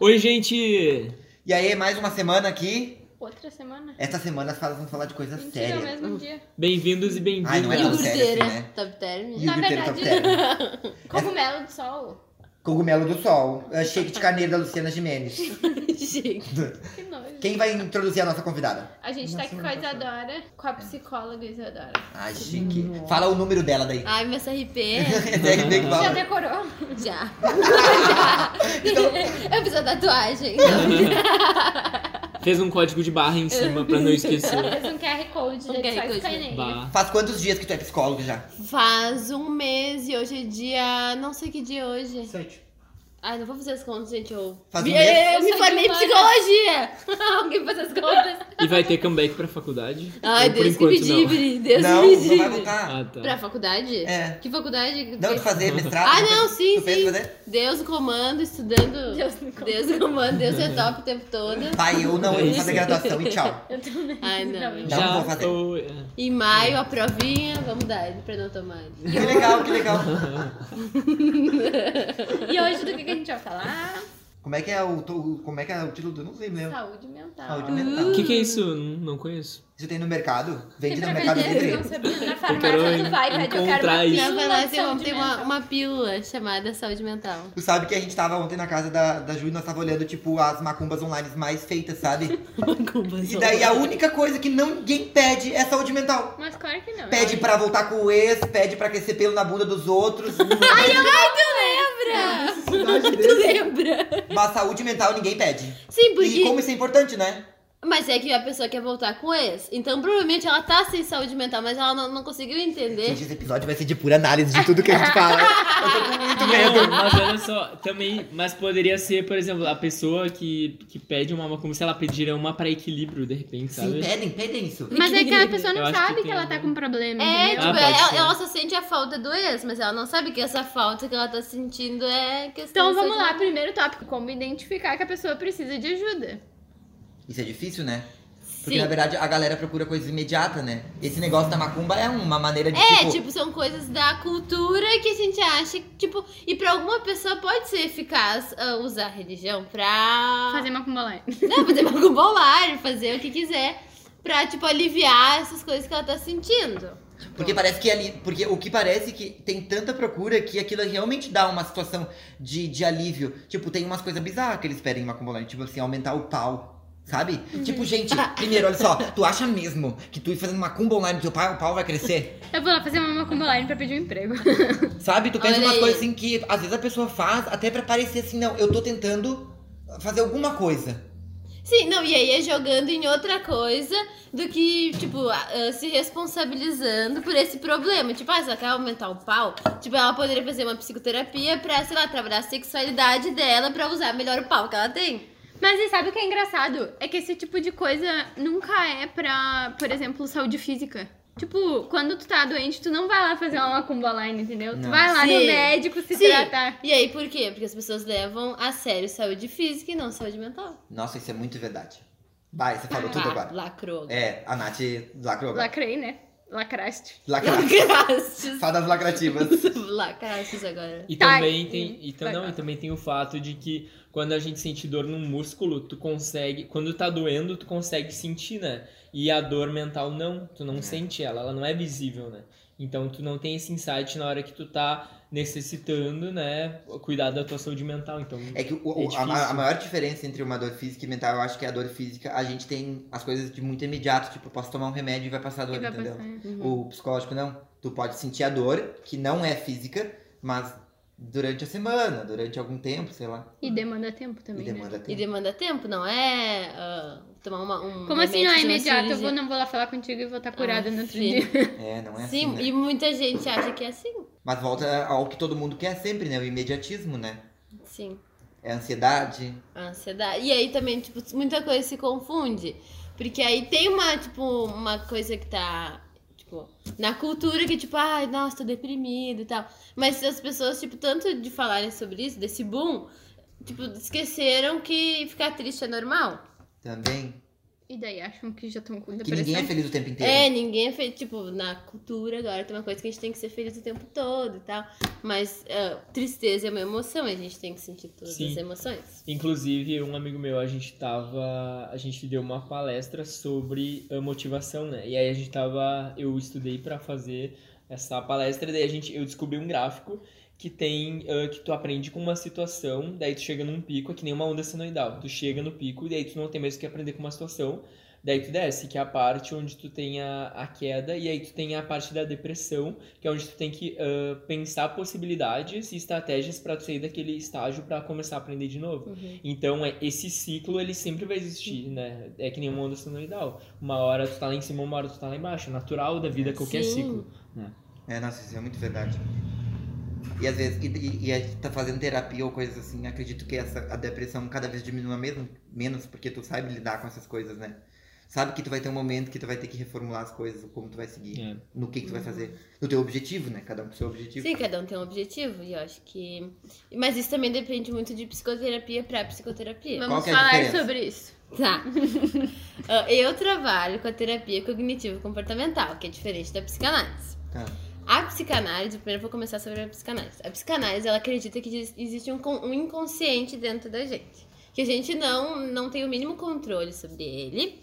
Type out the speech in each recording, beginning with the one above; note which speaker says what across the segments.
Speaker 1: Oi, gente!
Speaker 2: E aí, é mais uma semana aqui.
Speaker 3: Outra semana?
Speaker 2: Essa semana as falas vão falar de coisa
Speaker 3: Mentira, é o
Speaker 2: séria.
Speaker 3: mesmo dia.
Speaker 1: Bem-vindos e
Speaker 2: Ai, não é
Speaker 4: E
Speaker 1: bem-vindas.
Speaker 4: o
Speaker 2: tão sério
Speaker 4: Gurteira,
Speaker 2: assim, né?
Speaker 4: top
Speaker 2: E
Speaker 4: term.
Speaker 2: o tá
Speaker 3: Na
Speaker 2: Gurteira top
Speaker 3: verdade-
Speaker 2: term.
Speaker 3: Cogumelo do sol.
Speaker 2: Cogumelo do Sol. É Shake de carneiro da Luciana Gimenez.
Speaker 4: Gente,
Speaker 3: Que nojo.
Speaker 2: Quem vai introduzir a nossa convidada?
Speaker 3: A gente tá aqui com a Isadora, com a psicóloga Isadora.
Speaker 2: Ai, chique. Fala o número dela daí.
Speaker 4: Ai, meu RP,
Speaker 2: Tem- tem que
Speaker 3: Já
Speaker 2: falar.
Speaker 3: decorou?
Speaker 4: já.
Speaker 2: Então
Speaker 4: já. Eu fiz a tatuagem.
Speaker 1: Fez um código de barra em cima pra não esquecer.
Speaker 3: Fez um QR Code,
Speaker 4: Um
Speaker 3: ele
Speaker 4: QR
Speaker 3: só
Speaker 4: code,
Speaker 3: escaneia.
Speaker 1: né? Bah.
Speaker 2: Faz quantos dias que tu é psicólogo já?
Speaker 4: Faz um mês e hoje é dia. Não sei que dia é hoje.
Speaker 2: Sete.
Speaker 4: Ai, não vou fazer as contas, gente. Eu,
Speaker 2: Faz um
Speaker 4: Eu-
Speaker 2: mês?
Speaker 4: eu me
Speaker 3: Eu sou
Speaker 4: formei em
Speaker 3: humana.
Speaker 4: psicologia. Alguém faz as contas?
Speaker 1: E vai ter comeback pra faculdade?
Speaker 4: Ai,
Speaker 1: Eu,
Speaker 4: Deus
Speaker 1: por
Speaker 4: que me
Speaker 1: enquanto, não.
Speaker 4: livre. Deus
Speaker 2: não,
Speaker 4: me
Speaker 2: não vai
Speaker 4: livre.
Speaker 2: voltar.
Speaker 1: Ah,
Speaker 4: Pra
Speaker 1: tá.
Speaker 4: faculdade?
Speaker 2: É.
Speaker 4: Que faculdade?
Speaker 2: Não, tu fazer mestrado?
Speaker 4: Ah, não, sim,
Speaker 2: Tu fez
Speaker 4: sim.
Speaker 2: fazer?
Speaker 4: Deus no comando, estudando.
Speaker 3: Deus no comando.
Speaker 4: Deus no comando, Deus é top o tempo todo.
Speaker 2: Pai, eu não, eu vou
Speaker 1: Isso.
Speaker 2: fazer graduação e tchau.
Speaker 3: Eu também.
Speaker 4: Ai, não.
Speaker 2: Não vou fazer.
Speaker 1: tô- é. É
Speaker 4: Em maio, a provinha, vamos dar ele pra não tomar.
Speaker 2: Que legal, que legal.
Speaker 3: E hoje do que que a gente vai falar?
Speaker 2: Como é que é o, to- como é que é o título? do- Eu não sei, lembro.
Speaker 3: Saúde mental.
Speaker 2: Saúde mental.
Speaker 1: O que, que é isso? Eu Não não conheço.
Speaker 2: Isso tem no mercado?
Speaker 3: Tem
Speaker 2: Vende no
Speaker 3: pra
Speaker 2: mercado
Speaker 3: vender, eu
Speaker 2: livre?
Speaker 3: não sabia. Na
Speaker 1: quero
Speaker 3: farmácia tu vai, pede, eu quero uma
Speaker 1: encontrar isso.
Speaker 4: Não, vai
Speaker 3: pílula
Speaker 4: lá,
Speaker 3: de
Speaker 4: tem, uma,
Speaker 3: saúde
Speaker 4: tem uma,
Speaker 3: mental.
Speaker 4: uma pílula chamada saúde mental.
Speaker 2: Tu sabe que a gente tava ontem na casa da, da Ju e nós tava olhando, tipo, as macumbas online mais feitas, sabe? E daí a única coisa que não- ninguém pede é saúde mental.
Speaker 3: Mas claro que não.
Speaker 2: Pede pra voltar com o ex, pede pra crescer pelo na bunda dos outros. Ai,
Speaker 4: Lembra? Tu
Speaker 2: eu...
Speaker 4: lembra?
Speaker 2: Mas saúde mental ninguém pede.
Speaker 4: Sim, porque.
Speaker 2: E como isso é importante, né?
Speaker 4: Mas é que a pessoa quer voltar com o ex. Então provavelmente ela tá sem saúde mental, mas ela não, não conseguiu entender.
Speaker 3: É.
Speaker 2: Gente, esse episódio vai ser de pura análise de tudo que a gente fala. Eu tô com muito medo.
Speaker 1: Não, mas olha só, também, mas poderia ser, por exemplo, a pessoa que, que pede uma, uma- como se ela pedira uma pra equilíbrio, de repente,
Speaker 2: Sim,
Speaker 1: sabe?
Speaker 2: pedem, pedem isso.
Speaker 3: Mas é que a pessoa
Speaker 1: Eu
Speaker 3: não
Speaker 1: acho
Speaker 3: sabe
Speaker 1: que
Speaker 3: que,
Speaker 1: tem
Speaker 3: ela tá
Speaker 1: algum-
Speaker 3: com problema. entendeu?
Speaker 4: É,
Speaker 1: Ah,
Speaker 4: tipo,
Speaker 1: pode
Speaker 4: ela,
Speaker 1: ser.
Speaker 4: ela só sente a falta do ex, mas ela não sabe que essa falta que ela tá sentindo é questão.
Speaker 3: Então
Speaker 4: de
Speaker 3: vamos
Speaker 4: saúde
Speaker 3: lá, primeiro tópico, como identificar que a pessoa precisa de ajuda.
Speaker 2: Isso é difícil, né? Porque
Speaker 4: Sim.
Speaker 2: na verdade a galera procura coisas imediatas, né? Esse negócio da macumba é uma maneira de
Speaker 4: É,
Speaker 2: tipo,
Speaker 4: tipo, são coisas da cultura que a gente acha, que, tipo, e pra alguma pessoa pode ser eficaz ah, usar a religião pra
Speaker 3: Fazer uma cumbalé.
Speaker 4: né, fazer vocabulário, fazer o que quiser, pra, tipo, aliviar essas coisas que ela tá sentindo.
Speaker 2: Porque parece que ali. Porque o que parece que tem tanta procura que aquilo realmente dá uma situação de, de alívio. Tipo, tem umas coisas bizarras que eles pedem em Macumbolândia. Tipo assim, aumentar o pau. Sabe?
Speaker 4: Uhum.
Speaker 2: Tipo, gente, primeiro, olha só, tu acha mesmo que tu ir fazendo macumba online do teu pai, o pau vai crescer?
Speaker 3: Eu vou lá fazer uma macumba online pra pedir um emprego.
Speaker 2: Sabe? Tu pensa
Speaker 4: Olha
Speaker 2: umas
Speaker 4: aí.
Speaker 2: coisas assim que às vezes a pessoa faz até pra parecer assim, não, eu tô tentando fazer alguma coisa.
Speaker 4: Sim, não, e aí é jogando em outra coisa do que, tipo, a- ah, se responsabilizando por esse problema. Tipo, ah, se ela quer aumentar o pau, tipo, ela poderia fazer uma psicoterapia pra, sei lá, trabalhar a sexualidade dela pra usar melhor o pau que ela tem.
Speaker 3: Mas e sabe o que é engraçado? É que esse tipo de coisa nunca é pra, por exemplo, saúde física. Tipo, quando tu tá doente, tu não vai lá fazer uma macumba online, entendeu? Tu
Speaker 2: Não.
Speaker 3: vai lá no
Speaker 4: Sim.
Speaker 3: médico se
Speaker 4: Sim.
Speaker 3: tratar.
Speaker 4: E aí, por quê? Porque as pessoas levam a sério saúde física e não saúde mental.
Speaker 2: Nossa, isso é muito verdade. Vai, você falou tudo
Speaker 4: Ah,
Speaker 2: agora.
Speaker 4: Lacrou.
Speaker 2: É, a Nath lacrou agora.
Speaker 3: Lacrei, né? Lacraste.
Speaker 2: Lacra...
Speaker 4: Lacrastes.
Speaker 2: Fadas lacrativas.
Speaker 4: Lacrastes agora.
Speaker 1: E
Speaker 3: Tá,
Speaker 1: também
Speaker 3: e-
Speaker 1: tem, e, tam-
Speaker 3: vai
Speaker 1: não,
Speaker 3: lá.
Speaker 1: e também tem o fato de que quando a gente sente dor num músculo, tu consegue, quando tá doendo, tu consegue sentir, né? E a dor mental não, tu não
Speaker 2: É.
Speaker 1: sente ela, ela não é visível, né? Então tu não tem esse insight na hora que tu tá necessitando, né, cuidar da tua saúde mental, então.
Speaker 2: É que o- o-
Speaker 1: É
Speaker 2: a- a,
Speaker 1: difícil.
Speaker 2: maior diferença entre uma dor física e mental, eu acho que é a dor física, a gente tem as coisas de muito imediato, tipo, posso tomar um remédio e vai passar a dor,
Speaker 3: E vai
Speaker 2: entendeu?
Speaker 3: passar.
Speaker 4: Uhum.
Speaker 2: O psicológico não. Tu pode sentir a dor, que não é física, mas durante a semana, durante algum tempo, sei lá.
Speaker 3: E demanda tempo
Speaker 2: E
Speaker 3: também, né?
Speaker 2: demanda
Speaker 4: E
Speaker 2: tempo.
Speaker 4: demanda tempo, não é ah, tomar uma, um
Speaker 3: Como assim não é
Speaker 4: remédio de
Speaker 3: imediato?
Speaker 4: uma
Speaker 3: Eu vou,
Speaker 4: cirurgia.
Speaker 3: não vou lá falar contigo e vou estar curada
Speaker 4: Ah,
Speaker 3: no outro
Speaker 4: filho.
Speaker 3: dia.
Speaker 2: É, não é assim.
Speaker 4: Sim,
Speaker 2: né?
Speaker 4: e muita gente acha que é assim.
Speaker 2: Mas volta ao que todo mundo quer sempre, né? O imediatismo, né?
Speaker 4: Sim,
Speaker 2: É ansiedade.
Speaker 4: a ansiedade. E aí também, tipo, muita coisa se confunde. Porque aí tem uma, tipo, uma coisa que tá, tipo, na cultura que, tipo, ai, nossa, tô deprimido e tal. Mas as pessoas, tipo, tanto de falarem sobre isso, desse boom, tipo, esqueceram que ficar triste é normal.
Speaker 2: Também.
Speaker 3: E daí acham que já estão com
Speaker 2: Que
Speaker 3: depressão.
Speaker 2: ninguém é feliz o tempo inteiro.
Speaker 4: É, ninguém é feliz. Tipo, na cultura agora tem uma coisa que a gente tem que ser feliz o tempo todo e tal. Mas ah, tristeza é uma emoção, a gente tem que sentir todas
Speaker 1: Sim.
Speaker 4: as emoções.
Speaker 1: Inclusive, um amigo meu, a gente tava. A gente deu uma palestra sobre a motivação, né? E aí a gente tava. Eu estudei pra fazer essa palestra, daí a gente, eu descobri um gráfico que tem. ah, que tu aprende com uma situação, daí tu chega num pico, é que nem uma onda senoidal. Tu chega no pico, e daí tu não tem mais o que aprender com uma situação. Daí tu desce, que é a parte onde tu tem a, a queda, e aí tu tem a parte da depressão, que é onde tu tem que ah, pensar possibilidades e estratégias pra tu sair daquele estágio pra começar a aprender de novo. Então, é- esse ciclo, ele sempre vai existir, né? É que nem uma onda senoidal. Uma hora tu tá lá em cima, uma hora tu tá lá embaixo. É natural da vida, qualquer
Speaker 4: Sim.
Speaker 1: ciclo.
Speaker 2: É, nossa, isso é muito verdade. E às vezes, e, e, e a gente tá fazendo terapia ou coisas assim, acredito que essa, a depressão cada vez diminua mesmo, menos, porque tu sabe lidar com essas coisas, né? Sabe que tu vai ter um momento que tu vai ter que reformular as coisas, como tu vai seguir,
Speaker 1: É.
Speaker 2: no que, que tu vai fazer, no teu objetivo, né? Cada um com seu objetivo.
Speaker 4: Sim, cada um tem um objetivo e eu acho que. Mas isso também depende muito de psicoterapia pra psicoterapia.
Speaker 3: Vamos
Speaker 2: que é a
Speaker 3: falar
Speaker 2: diferença?
Speaker 3: sobre isso.
Speaker 4: Tá. Ah, eu trabalho com a terapia cognitivo-comportamental, que é diferente da psicanálise.
Speaker 2: Tá.
Speaker 4: A psicanálise, primeiro eu vou começar sobre a psicanálise. A psicanálise, ela acredita que diz- existe um, con- um inconsciente dentro da gente. Que a gente não, não tem o mínimo controle sobre ele.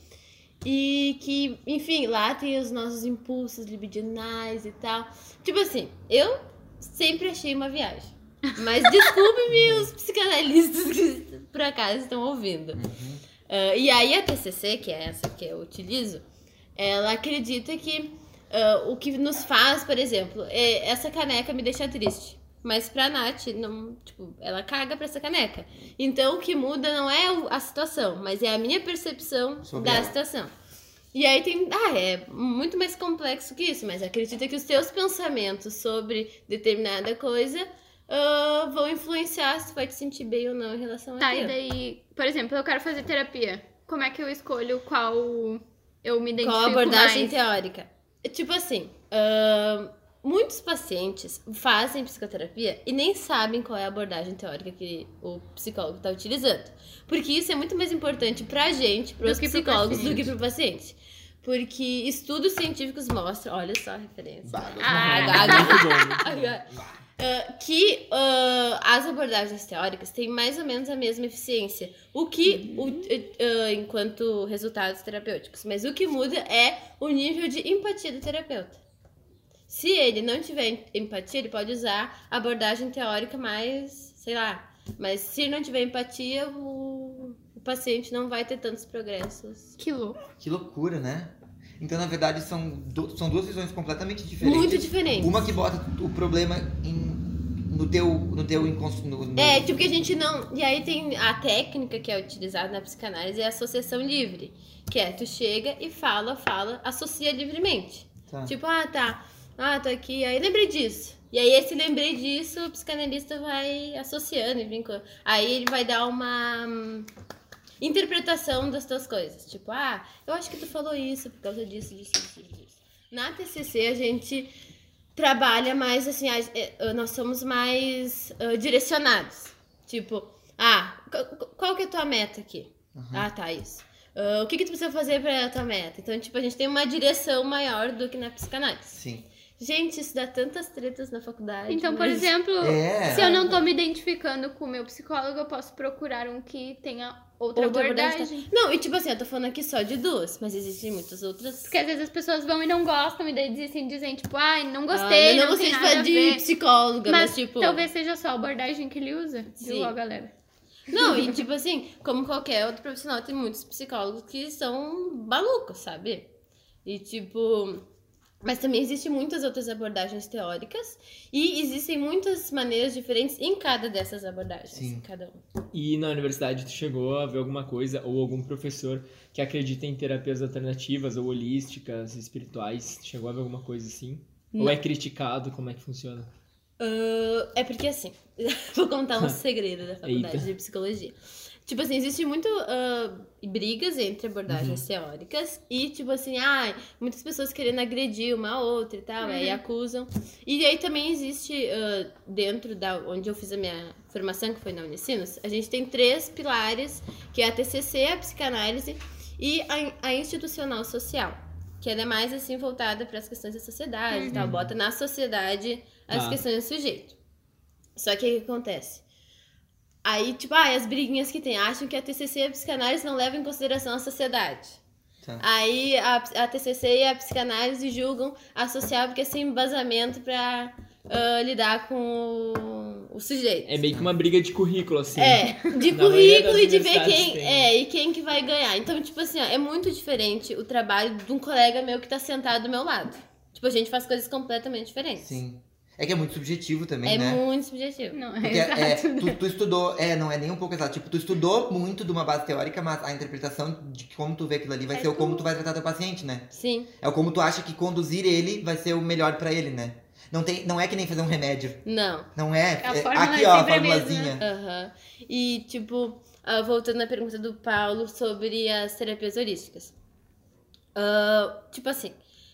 Speaker 4: E que, enfim, lá tem os nossos impulsos libidinais e tal. Tipo assim, eu sempre achei uma viagem. Mas desculpe-me os psicanalistas que por acaso estão ouvindo.
Speaker 2: Uhum.
Speaker 4: Ah, e aí a TCC, que é essa que eu utilizo, ela acredita que ah, o que nos faz, por exemplo, é, essa caneca me deixa triste. Mas pra Nath, não, tipo, ela caga pra essa caneca. Então o que muda não é o- a situação, mas é a minha percepção
Speaker 2: Sobre
Speaker 4: da
Speaker 2: ela.
Speaker 4: situação. E aí tem. Ah, é muito mais complexo que isso, mas acredita que os teus pensamentos sobre determinada coisa ah, vão influenciar se tu vai te sentir bem ou não em relação a
Speaker 3: Tá, e
Speaker 4: aquilo.
Speaker 3: daí, por exemplo, eu quero fazer terapia. Como é que eu escolho qual eu me identifico
Speaker 4: Qual a abordagem
Speaker 3: mais?
Speaker 4: teórica? Tipo assim, ahn, muitos pacientes fazem psicoterapia e nem sabem qual é a abordagem teórica que o psicólogo está utilizando. Porque isso é muito mais importante pra gente, pros
Speaker 3: Do que pro
Speaker 4: psicólogos, do
Speaker 2: paciente.
Speaker 4: que pro paciente. Porque estudos científicos mostram, olha só a referência.
Speaker 2: Bah, gosto
Speaker 3: Ah.
Speaker 2: muito.
Speaker 4: Gaga.
Speaker 1: Muito bom. muito bom.
Speaker 4: Ah, que ah, as abordagens teóricas têm mais ou menos a mesma eficiência. O que, o- ah, enquanto resultados terapêuticos, mas o que muda é o nível de empatia do terapeuta. Se ele não tiver empatia, ele pode usar a abordagem teórica mais, sei lá. Mas se não tiver empatia, o, o paciente não vai ter tantos progressos.
Speaker 3: Que louco.
Speaker 4: Ah.
Speaker 2: Que loucura, né? Então, na verdade, são, du- são duas visões completamente diferentes.
Speaker 4: Muito diferente.
Speaker 2: Uma que bota o problema em- no teu, no teu inconsciente.
Speaker 4: É, tipo que a gente não. E aí tem a técnica que é utilizada na psicanálise é a associação livre. Que é, tu chega e fala, fala, associa livremente.
Speaker 2: Tá.
Speaker 4: Tipo, ah, tá. Ah, tô aqui. Aí lembrei disso. E aí, esse lembrei disso, o psicanalista vai associando e brincando. Aí ele vai dar uma hum, interpretação das tuas coisas. Tipo, ah, eu acho que tu falou isso por causa disso, disso, disso, disso. Na TCC, a gente trabalha mais assim, a- é, nós somos mais ah, direcionados. Tipo, ah, qu- qual que é a tua meta aqui?
Speaker 2: Uhum.
Speaker 4: Ah, tá, isso. Ah, o que, que tu precisa fazer pra tua meta? Então, tipo, a gente tem uma direção maior do que na psicanálise.
Speaker 2: Sim.
Speaker 4: Gente, isso dá tantas tretas na faculdade.
Speaker 3: Então, por
Speaker 4: mas-
Speaker 3: exemplo,
Speaker 2: É.
Speaker 3: se eu não tô me identificando com o meu psicólogo, eu posso procurar um que tenha outra,
Speaker 4: Outra abordagem.
Speaker 3: abordagem.
Speaker 4: Não, e tipo assim, eu tô falando aqui só de duas, mas existem muitas outras.
Speaker 3: Porque às vezes as pessoas vão e não gostam, e daí dizem, dizem tipo, ai, não
Speaker 4: Ah,
Speaker 3: gostei,
Speaker 4: eu
Speaker 3: não,
Speaker 4: não gostei
Speaker 3: tem
Speaker 4: de
Speaker 3: nada
Speaker 4: falar
Speaker 3: a
Speaker 4: de
Speaker 3: ver.
Speaker 4: psicóloga, mas,
Speaker 3: Mas
Speaker 4: tipo.
Speaker 3: talvez seja só a abordagem que ele usa, viu,
Speaker 4: Sim.
Speaker 3: ó, galera?
Speaker 4: Não, e tipo assim, como qualquer outro profissional, tem muitos psicólogos que são malucos, sabe? E tipo. Mas também existem muitas outras abordagens teóricas e existem muitas maneiras diferentes em cada dessas abordagens.
Speaker 2: Sim.
Speaker 4: Cada um.
Speaker 1: E na universidade tu chegou a ver alguma coisa ou algum professor que acredita em terapias alternativas ou holísticas, espirituais? Chegou a ver alguma coisa assim? Ou é criticado? Como é que funciona?
Speaker 4: Ah, é porque assim, vou contar um segredo da faculdade
Speaker 1: Eita.
Speaker 4: de psicologia. Tipo assim, existe muito ah, brigas entre abordagens teóricas e tipo assim, ai, muitas pessoas querendo agredir uma a outra e tal, aí
Speaker 3: Uhum.
Speaker 4: acusam. E aí também existe ah, dentro da onde eu fiz a minha formação, que foi na Unicinos, a gente tem três pilares, que é a TCC, a psicanálise E a, a institucional social, que ela é mais assim voltada para as questões da sociedade e tal, bota na sociedade as
Speaker 1: Ah.
Speaker 4: questões do sujeito. Só que o que acontece? Aí, tipo, ah, as briguinhas que tem, acham que a TCC e a psicanálise não levam em consideração a sociedade.
Speaker 2: Tá.
Speaker 4: Aí a, a TCC e a psicanálise julgam a social porque é sem embasamento pra ah, lidar com o, o sujeito.
Speaker 1: É meio que uma briga de currículo, assim.
Speaker 4: É, de
Speaker 1: Na maioria
Speaker 4: currículo
Speaker 1: das
Speaker 4: e de ver
Speaker 1: universidades
Speaker 4: quem
Speaker 1: tem.
Speaker 4: é e quem que vai ganhar. Então, tipo assim, ó, é muito diferente o trabalho de um colega meu que tá sentado do meu lado. Tipo, a gente faz coisas completamente diferentes.
Speaker 2: Sim. É que é muito subjetivo também,
Speaker 4: é
Speaker 2: né?
Speaker 4: muito subjetivo.
Speaker 3: Não,
Speaker 2: Porque
Speaker 3: é
Speaker 2: é,
Speaker 3: exato. né?
Speaker 2: tu, tu estudou, é, não é nem um pouco exato. Tipo, tu estudou muito de uma base teórica, mas a interpretação de como tu vê aquilo ali vai
Speaker 4: É
Speaker 2: ser o como
Speaker 4: tu-
Speaker 2: tu vai tratar teu paciente, né?
Speaker 4: Sim.
Speaker 2: É o como tu acha que conduzir ele vai ser o melhor pra ele, né? Não, tem, não é que nem fazer um remédio.
Speaker 4: Não.
Speaker 2: Não é.
Speaker 3: A
Speaker 2: é-
Speaker 3: fórmula
Speaker 2: aqui, ó, a
Speaker 3: sempre é a mesma.
Speaker 2: formulazinha.
Speaker 4: Aham. E, tipo, ah, voltando à pergunta do Paulo sobre as terapias holísticas. Ah, tipo assim,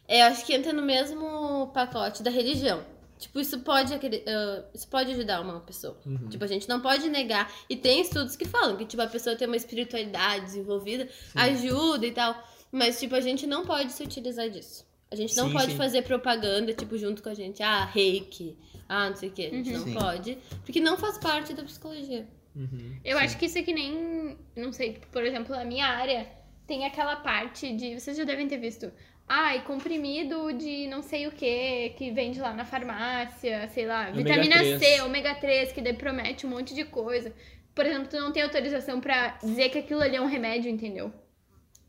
Speaker 4: é, acho que entra no mesmo pacote da religião. Tipo, isso pode, acre- ah, isso pode ajudar uma pessoa.
Speaker 1: Uhum.
Speaker 4: Tipo, a gente não pode negar. E tem estudos que falam que, tipo, a pessoa tem uma espiritualidade desenvolvida,
Speaker 1: Hum.
Speaker 4: ajuda e tal. Mas, tipo, a gente não pode se utilizar disso. A gente não
Speaker 1: Sim,
Speaker 4: pode
Speaker 1: sim.
Speaker 4: fazer propaganda, tipo, junto com a gente. Ah, reiki. Ah, não sei o que. A gente
Speaker 2: Uhum.
Speaker 4: não
Speaker 2: Sim.
Speaker 4: pode. Porque não faz parte da psicologia.
Speaker 1: Uhum.
Speaker 3: Eu acho que isso aqui nem. Não sei, tipo, por exemplo, a minha área tem aquela parte de. Vocês já devem ter visto. Ai, comprimido de não sei o que, que vende lá na farmácia, sei lá,
Speaker 1: Ômega
Speaker 3: vitamina
Speaker 1: 3.
Speaker 3: C, ômega 3, que daí promete um monte de coisa. Por exemplo, tu não tem autorização pra dizer que aquilo ali é um remédio, entendeu?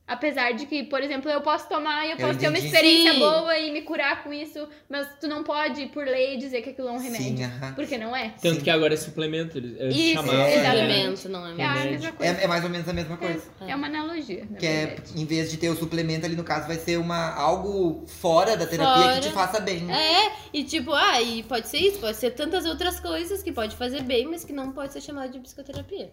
Speaker 3: Apesar de que, por exemplo, eu posso tomar e eu
Speaker 2: Eu
Speaker 3: posso ter uma
Speaker 2: entendi.
Speaker 3: experiência
Speaker 4: Sim.
Speaker 3: boa e me curar com isso, mas tu não pode, por lei, dizer que aquilo é um remédio.
Speaker 2: Sim, aham.
Speaker 3: Porque não é.
Speaker 1: Tanto
Speaker 2: Sim.
Speaker 1: que agora é suplemento. Eles, eles
Speaker 3: Isso,
Speaker 1: chamavam.
Speaker 2: É.
Speaker 1: né?
Speaker 4: Suplemento, não é
Speaker 3: É a
Speaker 1: Remédio.
Speaker 3: mesma
Speaker 2: É,
Speaker 3: coisa.
Speaker 2: é mais ou menos a mesma coisa.
Speaker 3: É, é uma analogia, na
Speaker 2: Que é,
Speaker 3: verdade.
Speaker 2: em vez de ter o suplemento ali, no caso, vai ser uma, algo fora da terapia
Speaker 4: Fora.
Speaker 2: que te faça bem. né?
Speaker 4: É, e tipo, ah, e pode ser isso, pode ser tantas outras coisas que pode fazer bem, mas que não pode ser chamada de psicoterapia.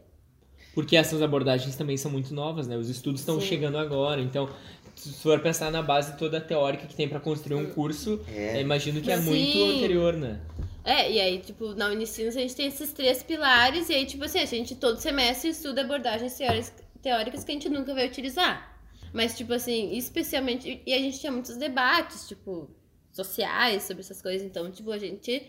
Speaker 1: Porque essas abordagens também são muito novas, né? Os estudos estão
Speaker 4: Sim.
Speaker 1: chegando agora. Então, se tu for pensar na base toda teórica que tem pra construir um curso, eu imagino que é
Speaker 4: Sim.
Speaker 1: muito anterior, né?
Speaker 4: É, e aí, tipo, na Unicinos a gente tem esses três pilares, e aí, tipo assim, a gente todo semestre estuda abordagens teóricas, teóricas que a gente nunca vai utilizar. Mas, tipo assim, especialmente. e- E a gente tinha muitos debates, tipo, sociais sobre essas coisas, então, tipo, a gente.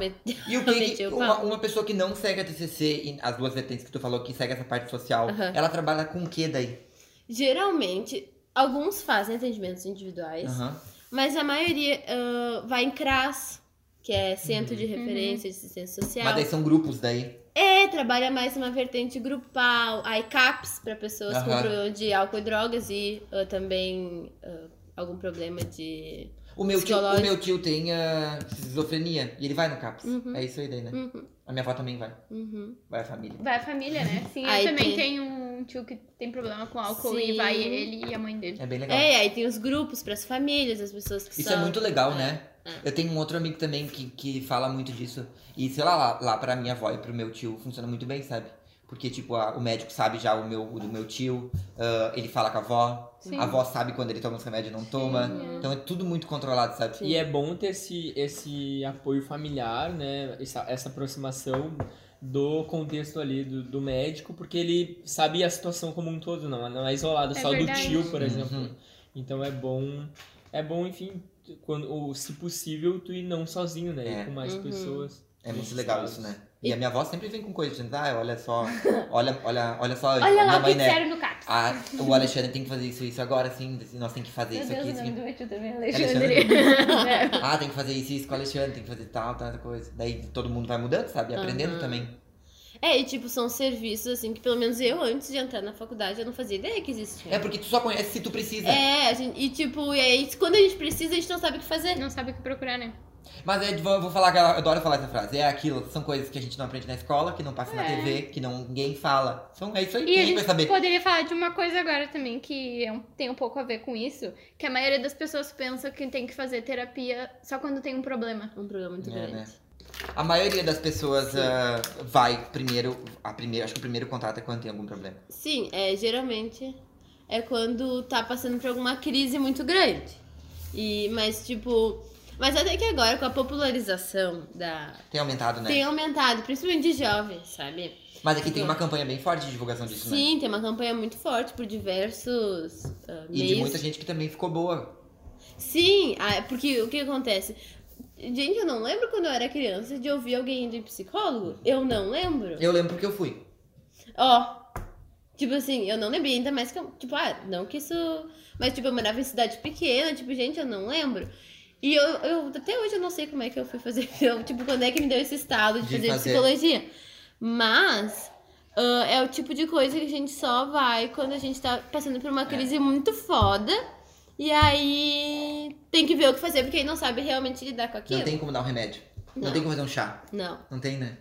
Speaker 4: meteu-
Speaker 2: E o que,
Speaker 4: Gente, eu
Speaker 2: uma,
Speaker 4: falo.
Speaker 2: uma pessoa que não segue a TCC, e as duas vertentes que tu falou, que segue essa parte social,
Speaker 4: Aham.
Speaker 2: ela trabalha com o que daí?
Speaker 4: Geralmente, alguns fazem atendimentos individuais,
Speaker 2: Aham.
Speaker 4: mas a maioria ah, vai em CRAS, que é Centro de Referência de Assistência Social.
Speaker 2: Uhum. Mas daí são grupos daí.
Speaker 4: É, trabalha mais uma vertente grupal, aí CAPS para pessoas com
Speaker 2: Aham.
Speaker 4: problema de álcool e drogas e ah, também ah, algum problema de.
Speaker 2: O meu, tio, o
Speaker 4: Psicológico.
Speaker 2: meu tio tem ah, esquizofrenia e ele vai no CAPS.
Speaker 4: Uhum.
Speaker 2: É isso aí daí, né?
Speaker 4: Uhum,
Speaker 2: A minha avó também vai.
Speaker 4: uhum.
Speaker 2: Vai a família.
Speaker 3: Vai a família, né? Sim, eu
Speaker 4: Aí
Speaker 3: também
Speaker 4: tem-
Speaker 3: tenho um tio que tem problema com álcool e
Speaker 4: Sim.
Speaker 3: vai ele e a mãe dele.
Speaker 2: É bem legal.
Speaker 4: É, e aí tem os grupos para as famílias, as pessoas que
Speaker 2: Isso é
Speaker 4: são.
Speaker 2: muito legal, né?
Speaker 4: É.
Speaker 2: Eu tenho um outro amigo também que, que fala muito disso. E sei lá, lá, lá pra minha avó e pro meu tio funciona muito bem, sabe? Porque, tipo, a- o médico sabe já o, meu, o do meu tio, ah, ele fala com a avó,
Speaker 3: Sim.
Speaker 2: a avó sabe quando ele toma os remédios e não toma. Então é tudo muito controlado, sabe?
Speaker 1: E é bom ter esse, esse apoio familiar, né? Essa, essa aproximação do contexto ali do, do médico, porque ele sabe a situação como um todo, não, não é isolado
Speaker 3: É
Speaker 1: só
Speaker 3: verdade.
Speaker 1: do tio, por
Speaker 2: Uhum.
Speaker 1: exemplo. Então é bom, é bom, enfim, quando, ou, se possível, tu ir não sozinho, né? Ir
Speaker 2: É.
Speaker 1: com mais
Speaker 4: Uhum.
Speaker 1: pessoas.
Speaker 2: É muito
Speaker 1: Nesses
Speaker 2: legal
Speaker 1: casos.
Speaker 2: isso, né? E a minha avó sempre vem com coisa dizendo, ah, olha só, olha, olha, olha só, a
Speaker 3: Olha
Speaker 2: minha
Speaker 3: lá o que é."
Speaker 2: mãe, né?
Speaker 3: disseram no CAPS.
Speaker 2: Ah, o Alexandre tem que fazer isso, isso agora, sim, nós tem que fazer
Speaker 3: Meu
Speaker 2: isso
Speaker 3: Deus,
Speaker 2: aqui,
Speaker 3: o
Speaker 2: isso
Speaker 3: nome
Speaker 2: aqui.
Speaker 3: do meu tio também é
Speaker 2: Alexandre.
Speaker 3: Alexandre. É.
Speaker 2: Ah, tem que fazer isso, isso com o Alexandre, tem que fazer tal, tal, tal coisa. Daí todo mundo vai mudando, sabe? E aprendendo
Speaker 4: Aham.
Speaker 2: também.
Speaker 4: É, e tipo, são serviços assim que pelo menos eu, antes de entrar na faculdade, eu não fazia ideia que existia.
Speaker 2: É porque tu só conhece se tu precisa.
Speaker 4: É, a gente- e tipo, e aí quando a gente precisa, a gente não sabe o que fazer.
Speaker 3: É. Não sabe o que procurar, né?
Speaker 2: Mas é, vou, vou falar, que eu adoro falar essa frase. É aquilo, são coisas que a gente não aprende na escola, que não passa na
Speaker 3: É.
Speaker 2: TV, que não, ninguém fala. Então é isso aí,
Speaker 3: E
Speaker 2: quem
Speaker 3: a
Speaker 2: vai
Speaker 3: gente
Speaker 2: saber?
Speaker 3: poderia falar de uma coisa agora também que é um- tem um pouco a ver com isso, que a maioria das pessoas pensa que tem que fazer terapia só quando tem um problema.
Speaker 4: Um problema muito
Speaker 2: É,
Speaker 4: grande.
Speaker 2: né? A maioria das pessoas
Speaker 4: Sim.
Speaker 2: ah, vai primeiro, a primeira, acho que o primeiro contato é quando tem algum problema.
Speaker 4: Sim, é, geralmente é quando tá passando por alguma crise muito grande. E, mas, tipo, Mas até que agora, com a popularização da.
Speaker 2: Tem aumentado, né?
Speaker 4: Tem aumentado, principalmente de jovens, sabe?
Speaker 2: Mas aqui tem uma campanha bem forte de divulgação disso, né?
Speaker 4: Sim, tem uma campanha muito forte por diversos ah,
Speaker 2: E
Speaker 4: meios.
Speaker 2: de muita gente que também ficou boa.
Speaker 4: Sim, ah, porque o que acontece? Gente, eu não lembro quando eu era criança de ouvir alguém indo em psicólogo. Eu não lembro.
Speaker 2: Eu lembro porque eu fui.
Speaker 4: Ó. Tipo assim, eu não lembrei ainda mais que eu. Tipo, ah, não que isso. Mas, tipo, eu morava em cidade pequena, tipo, gente, eu não lembro. E eu, eu até hoje eu não sei como é que eu fui fazer. Eu, tipo, quando é que me deu esse estado de,
Speaker 2: De
Speaker 4: fazer,
Speaker 2: fazer.
Speaker 4: psicologia. Mas. ah, é o tipo de coisa que a gente só vai quando a gente tá passando por uma
Speaker 2: É.
Speaker 4: crise muito foda. E aí tem que ver o que fazer, porque aí não sabe realmente lidar com aquilo.
Speaker 2: Não tem como dar um remédio. Não.
Speaker 4: Não.
Speaker 2: tem como fazer um chá.
Speaker 4: Não.
Speaker 2: Não tem, né?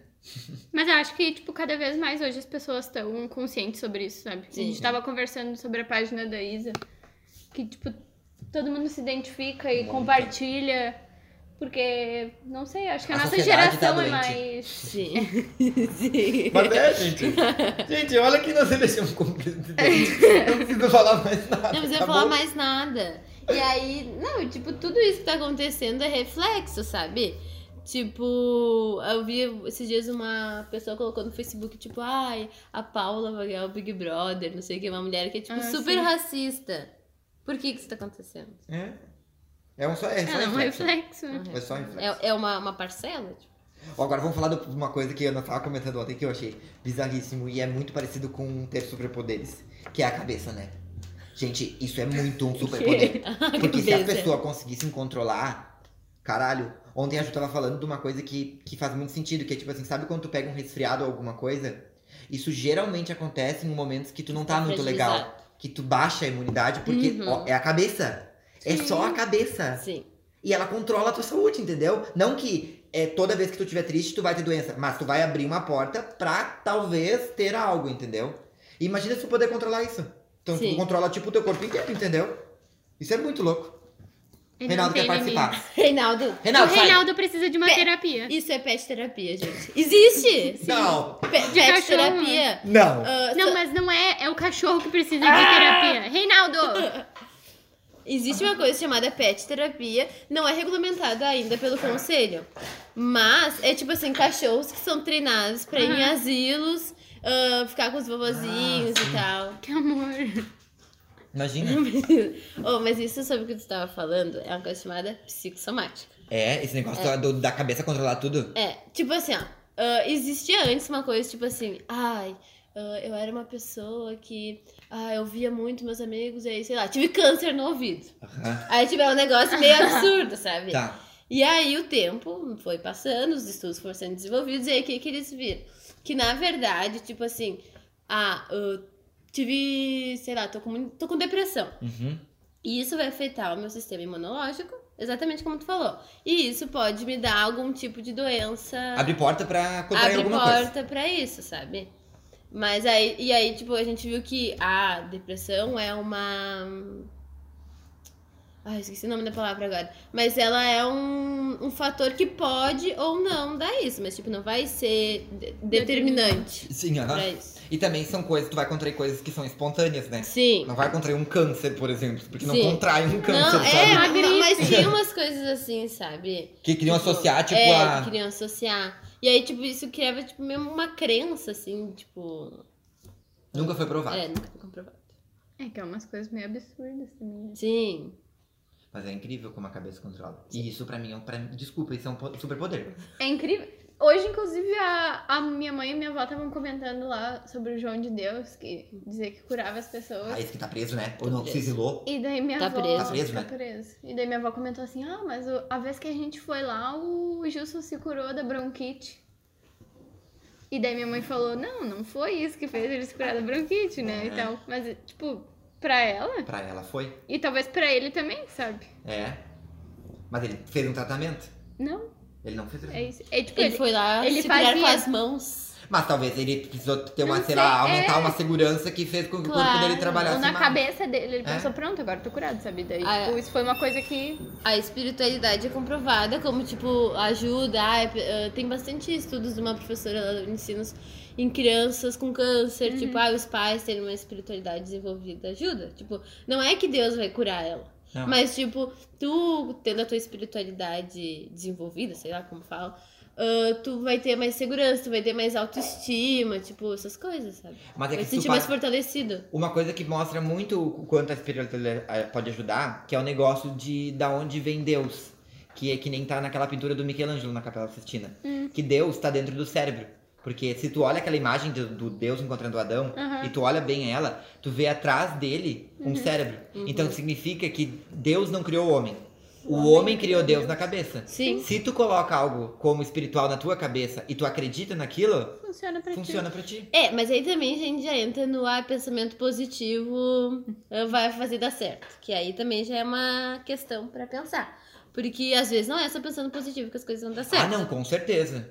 Speaker 3: Mas eu acho que, tipo, cada vez mais hoje as pessoas estão conscientes sobre isso, sabe? A
Speaker 4: Sim.
Speaker 3: gente tava conversando sobre a página da Isa, que, tipo, todo mundo se identifica e
Speaker 2: Muito.
Speaker 3: compartilha, porque, não sei, acho que a,
Speaker 2: A
Speaker 3: nossa
Speaker 2: sociedade
Speaker 3: geração
Speaker 2: tá
Speaker 3: é
Speaker 2: doente.
Speaker 3: mais...
Speaker 4: Sim. Sim.
Speaker 2: Mas é, gente. Gente, olha que nós elegemos como presidente. Não preciso falar mais nada.
Speaker 4: Não precisa falar mais nada. E aí, não, tipo, tudo isso que tá acontecendo é reflexo, sabe? Tipo, eu vi esses dias uma pessoa colocou no Facebook, tipo, ai, a Paula vai ganhar o Big Brother, não sei o que, uma mulher que é, tipo,
Speaker 3: Ah,
Speaker 4: super
Speaker 3: sim.
Speaker 4: racista. Por que que isso tá acontecendo?
Speaker 2: É. É um só, é só
Speaker 3: É, não, um
Speaker 2: reflexo.
Speaker 3: reflexo, né?
Speaker 2: É só um reflexo.
Speaker 4: É, é uma, uma parcela? Tipo?
Speaker 2: Ó, Agora vamos falar de uma coisa que eu não tava comentando ontem que eu achei bizarríssimo e é muito parecido com ter superpoderes, que é a cabeça, né? Gente, isso é muito um superpoder. Porque se a
Speaker 4: Cabeça.
Speaker 2: pessoa conseguisse controlar, caralho. Ontem a Ju tava falando de uma coisa que, que faz muito sentido, que é tipo assim, sabe quando tu pega um resfriado ou alguma coisa? Isso geralmente acontece em momentos que tu não tá muito legal.
Speaker 4: Fragilizado.
Speaker 2: Que tu baixa a imunidade, porque
Speaker 4: Uhum.
Speaker 2: ó, é a cabeça. É
Speaker 3: Sim.
Speaker 2: só a cabeça.
Speaker 4: Sim.
Speaker 2: E ela controla a tua saúde, entendeu? Não que é, toda vez que tu estiver triste, tu vai ter doença. Mas tu vai abrir uma porta pra talvez ter algo, entendeu? E imagina se tu poder controlar isso. Então
Speaker 4: Sim.
Speaker 2: tu controla, tipo, o teu corpo inteiro, entendeu? Isso é muito louco.
Speaker 3: Ele não
Speaker 2: Reinaldo
Speaker 3: tem
Speaker 2: quer participar.
Speaker 3: limite.
Speaker 4: Reinaldo,
Speaker 2: Reinaldo,
Speaker 3: o
Speaker 2: sai.
Speaker 3: Reinaldo precisa de uma
Speaker 4: Pe-
Speaker 3: terapia.
Speaker 4: isso é pet terapia, gente. Existe! Sim.
Speaker 2: Não!
Speaker 4: Pe-
Speaker 3: De
Speaker 4: Pet
Speaker 3: cachorro, né?
Speaker 4: terapia.
Speaker 2: Não!
Speaker 4: Ah,
Speaker 3: Não, mas não é, é o cachorro que precisa de terapia. Reinaldo!
Speaker 4: Existe uma coisa chamada pet terapia, não é regulamentada ainda pelo conselho. Mas é tipo assim, cachorros que são treinados pra ir em
Speaker 3: Aham.
Speaker 4: asilos, ah, ficar com os vovozinhos
Speaker 2: Ah,
Speaker 4: e tal.
Speaker 3: Que amor.
Speaker 2: Imagina.
Speaker 4: oh, mas isso sobre o que tu tava falando é uma coisa chamada psicossomática.
Speaker 2: É, esse negócio do- da cabeça controlar tudo.
Speaker 4: É, tipo assim, ó. ah, existia antes uma coisa, tipo assim, ai, ah, eu era uma pessoa que. Ah, eu via muito meus amigos e aí, sei lá, tive câncer no ouvido.
Speaker 2: Aham.
Speaker 4: Aí, tipo, é um negócio meio absurdo, sabe?
Speaker 2: Tá.
Speaker 4: E aí o tempo foi passando, os estudos foram sendo desenvolvidos, e aí o que, que eles viram? Que na verdade, tipo assim, ah, eu tive, sei lá, tô com, mu- tô com depressão.
Speaker 2: Uhum.
Speaker 4: E isso vai afetar o meu sistema imunológico, exatamente como tu falou. E isso pode me dar algum tipo de doença
Speaker 2: Abre porta pra contrair
Speaker 4: abre
Speaker 2: alguma coisa.
Speaker 4: porta pra isso, sabe? Mas aí, e aí, tipo, a gente viu que a depressão é uma. Ai, esqueci o nome da palavra agora. Mas ela é um, um fator que pode ou não dar isso, mas, tipo, não vai ser de- determinante
Speaker 2: Sim, aham.
Speaker 4: pra isso.
Speaker 2: E também são coisas, tu vai contrair coisas que são espontâneas, né?
Speaker 4: Sim.
Speaker 2: Não vai contrair um câncer, por exemplo, porque não
Speaker 4: Sim.
Speaker 2: contrai um câncer,
Speaker 4: Não,
Speaker 2: sabe?
Speaker 4: é,
Speaker 3: sabe?
Speaker 4: não, mas tinha umas coisas assim, sabe?
Speaker 2: Que queriam associar, tipo,
Speaker 4: é,
Speaker 2: a.
Speaker 4: que queriam associar. E aí, tipo, isso criava, tipo, mesmo uma crença, assim, tipo.
Speaker 2: Nunca foi provado.
Speaker 4: É, nunca foi comprovado.
Speaker 3: É que é umas coisas meio absurdas também. né?
Speaker 4: Sim.
Speaker 2: Mas é incrível como a cabeça controla. E isso pra mim é um. Pra... mim- Desculpa, isso é um po- superpoder.
Speaker 3: É incrível. Hoje, inclusive, a, a minha mãe e minha avó estavam comentando lá sobre o João de Deus, que dizer que curava as pessoas.
Speaker 2: Ah, esse que tá preso, né? Ou não, se exilou.
Speaker 3: E daí minha
Speaker 4: Tá
Speaker 3: avó.
Speaker 4: preso.
Speaker 2: Tá preso, né?
Speaker 3: preso. E daí minha avó comentou assim: ah, mas o- a vez que a gente foi lá, o Gilson se curou da bronquite. E daí minha mãe falou: não, não foi isso que fez ele se curar da bronquite, né?
Speaker 2: É.
Speaker 3: E tal. Mas, tipo, pra ela,
Speaker 2: Pra ela foi.
Speaker 3: e talvez pra ele também, sabe?
Speaker 2: É. Mas ele fez um tratamento.
Speaker 3: Não,
Speaker 2: Ele não fez
Speaker 3: é
Speaker 2: tratamento.
Speaker 3: isso. É tipo,
Speaker 4: Ele
Speaker 3: ele,
Speaker 4: foi lá
Speaker 3: ele
Speaker 4: se curar
Speaker 3: fazia.
Speaker 4: com as mãos.
Speaker 2: Mas talvez ele precisou ter uma,
Speaker 3: Não
Speaker 2: sei lá,
Speaker 3: sei,
Speaker 2: aumentar
Speaker 3: é.
Speaker 2: uma segurança que fez com que o corpo
Speaker 4: Claro.
Speaker 2: dele trabalhasse
Speaker 3: Ou na
Speaker 2: mais.
Speaker 3: cabeça dele, ele
Speaker 2: É.
Speaker 3: pensou, pronto, agora tô curado, sabe? Daí,
Speaker 4: Ah, é.
Speaker 3: tipo, isso foi uma coisa que.
Speaker 4: A espiritualidade é comprovada como, tipo, ajuda. ah, é, eh, tem bastante estudos de uma professora lá do ensinos em crianças com câncer. Tipo, ah, os pais terem uma espiritualidade desenvolvida ajuda. Tipo, não é que Deus vai curar ela.
Speaker 2: Não.
Speaker 4: Mas, tipo, tu tendo a tua espiritualidade desenvolvida, sei lá como fala, ah, tu vai ter mais segurança, tu vai ter mais autoestima, tipo, essas coisas, sabe?
Speaker 2: Mas é que
Speaker 4: Vai
Speaker 2: se
Speaker 4: se
Speaker 2: tu
Speaker 4: sentir
Speaker 2: pa-
Speaker 4: mais fortalecido.
Speaker 2: Uma coisa que mostra muito o quanto a espiritualidade eh, pode ajudar, que é o negócio de da onde vem Deus. Que é que nem tá naquela pintura do Michelangelo na Capela Sistina. Que Deus tá dentro do cérebro. Porque se tu olha aquela imagem do, do Deus encontrando Adão,
Speaker 3: Aham.
Speaker 2: e tu olha bem ela, tu vê atrás dele um cérebro.
Speaker 4: Uhum.
Speaker 2: Então significa que Deus não criou o homem. O,
Speaker 3: homem
Speaker 2: homem, criou Deus, na cabeça.
Speaker 4: Sim.
Speaker 2: Se tu coloca algo como espiritual na tua cabeça e tu acredita naquilo,
Speaker 3: Funciona pra ti.
Speaker 2: funciona pra ti.
Speaker 4: É, mas aí também a gente já entra no ah, pensamento positivo ah, vai fazer dar certo. Que aí também já é uma questão pra pensar. Porque às vezes não é só pensando positivo que as coisas vão dar certo.
Speaker 2: Ah, não, com certeza.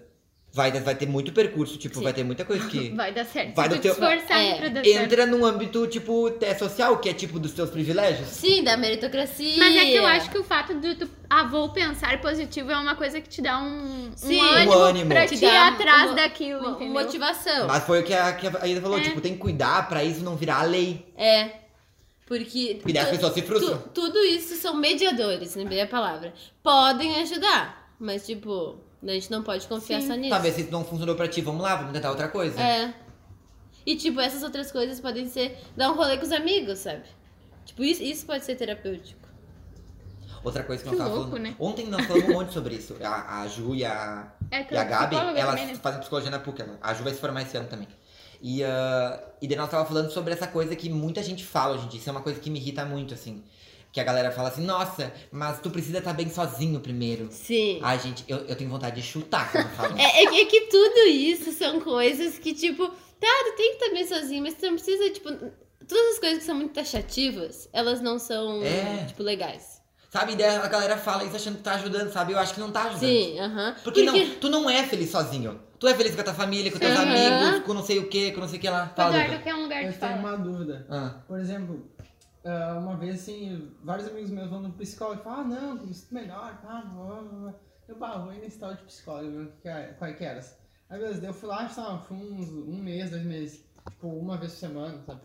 Speaker 2: Vai, vai ter muito percurso, tipo,
Speaker 4: Sim.
Speaker 2: vai ter muita coisa que.
Speaker 3: Vai dar certo.
Speaker 2: Vai
Speaker 3: Se
Speaker 2: do
Speaker 3: tu
Speaker 2: teu-
Speaker 3: te esforçar
Speaker 4: É,
Speaker 3: pra dar certo.
Speaker 2: Entra num âmbito, tipo, até social, que é tipo dos teus privilégios.
Speaker 4: Sim, da meritocracia.
Speaker 3: Mas é que eu acho que o fato de tu, ah, vou pensar positivo é uma coisa que te dá um, um
Speaker 4: Sim.
Speaker 3: ânimo
Speaker 2: Um ânimo.
Speaker 3: pra
Speaker 4: Te
Speaker 3: te,
Speaker 4: dá
Speaker 3: ir
Speaker 4: uma-
Speaker 3: atrás
Speaker 4: uma-
Speaker 3: daquilo,
Speaker 4: Mo- um
Speaker 3: entendeu?
Speaker 4: motivação.
Speaker 2: Mas foi o que a, que a Aida falou,
Speaker 3: É.
Speaker 2: tipo, tem que cuidar pra isso não virar a lei.
Speaker 4: É. Porque.
Speaker 2: E daí as
Speaker 4: tu-
Speaker 2: pessoas se frustram.
Speaker 4: tu- tudo isso são mediadores, lembrei a palavra. Podem ajudar, mas tipo, a gente não pode confiar
Speaker 3: Sim.
Speaker 4: só nisso.
Speaker 2: Talvez se isso não funcionou pra ti, vamos lá, vamos tentar outra coisa.
Speaker 4: É. E tipo, essas outras coisas podem ser dar um rolê com os amigos, sabe? Tipo, isso, isso pode ser terapêutico.
Speaker 2: Outra coisa que,
Speaker 3: Que
Speaker 2: nós tava
Speaker 3: louco,
Speaker 2: falando.
Speaker 3: né?
Speaker 2: Ontem nós falamos um monte sobre isso. A, a Ju e a,
Speaker 3: É
Speaker 2: E a Gabi,
Speaker 3: psicóloga
Speaker 2: ela
Speaker 3: também, né?
Speaker 2: faz psicologia na PUC, ela, a Ju vai se formar esse ano também. E, ah, e daí nós tava falando sobre essa coisa que muita gente fala hoje em dia, isso é uma coisa que me irrita muito, assim. Que a galera fala assim, nossa, mas tu precisa estar bem sozinho primeiro.
Speaker 4: Sim.
Speaker 2: Ai, gente, eu, eu tenho vontade de chutar quando falam.
Speaker 4: É, é que- é que tudo isso são coisas que, tipo, tá, tu tem que estar bem sozinho, mas tu não precisa, tipo. Todas as coisas que são muito taxativas, elas não são,
Speaker 2: É.
Speaker 4: tipo, legais.
Speaker 2: Sabe, e daí a galera fala isso achando que tá ajudando, sabe? Eu acho que não tá ajudando.
Speaker 4: Sim, aham.
Speaker 2: Porque, não, tu não é feliz sozinho. Tu é feliz com a tua família, com teus
Speaker 4: Aham.
Speaker 2: amigos, com não sei o que, com não sei o que lá.
Speaker 3: O
Speaker 2: Fala,
Speaker 3: Eduardo
Speaker 2: Lucas.
Speaker 3: quer um lugar de
Speaker 5: Eu tenho
Speaker 3: fala.
Speaker 5: uma dúvida.
Speaker 2: Ah,
Speaker 5: Por exemplo, ah, uma vez assim, vários amigos meus vão no psicólogo e falam, ah não, que me sinto melhor, pá, blá, blá, blá." Eu bah, vou ir nesse tal de psicólogo, né, que é- qual que era. Aí beleza, daí eu fui lá, sabe, fui uns um mês, dois meses, tipo, uma vez por semana, sabe?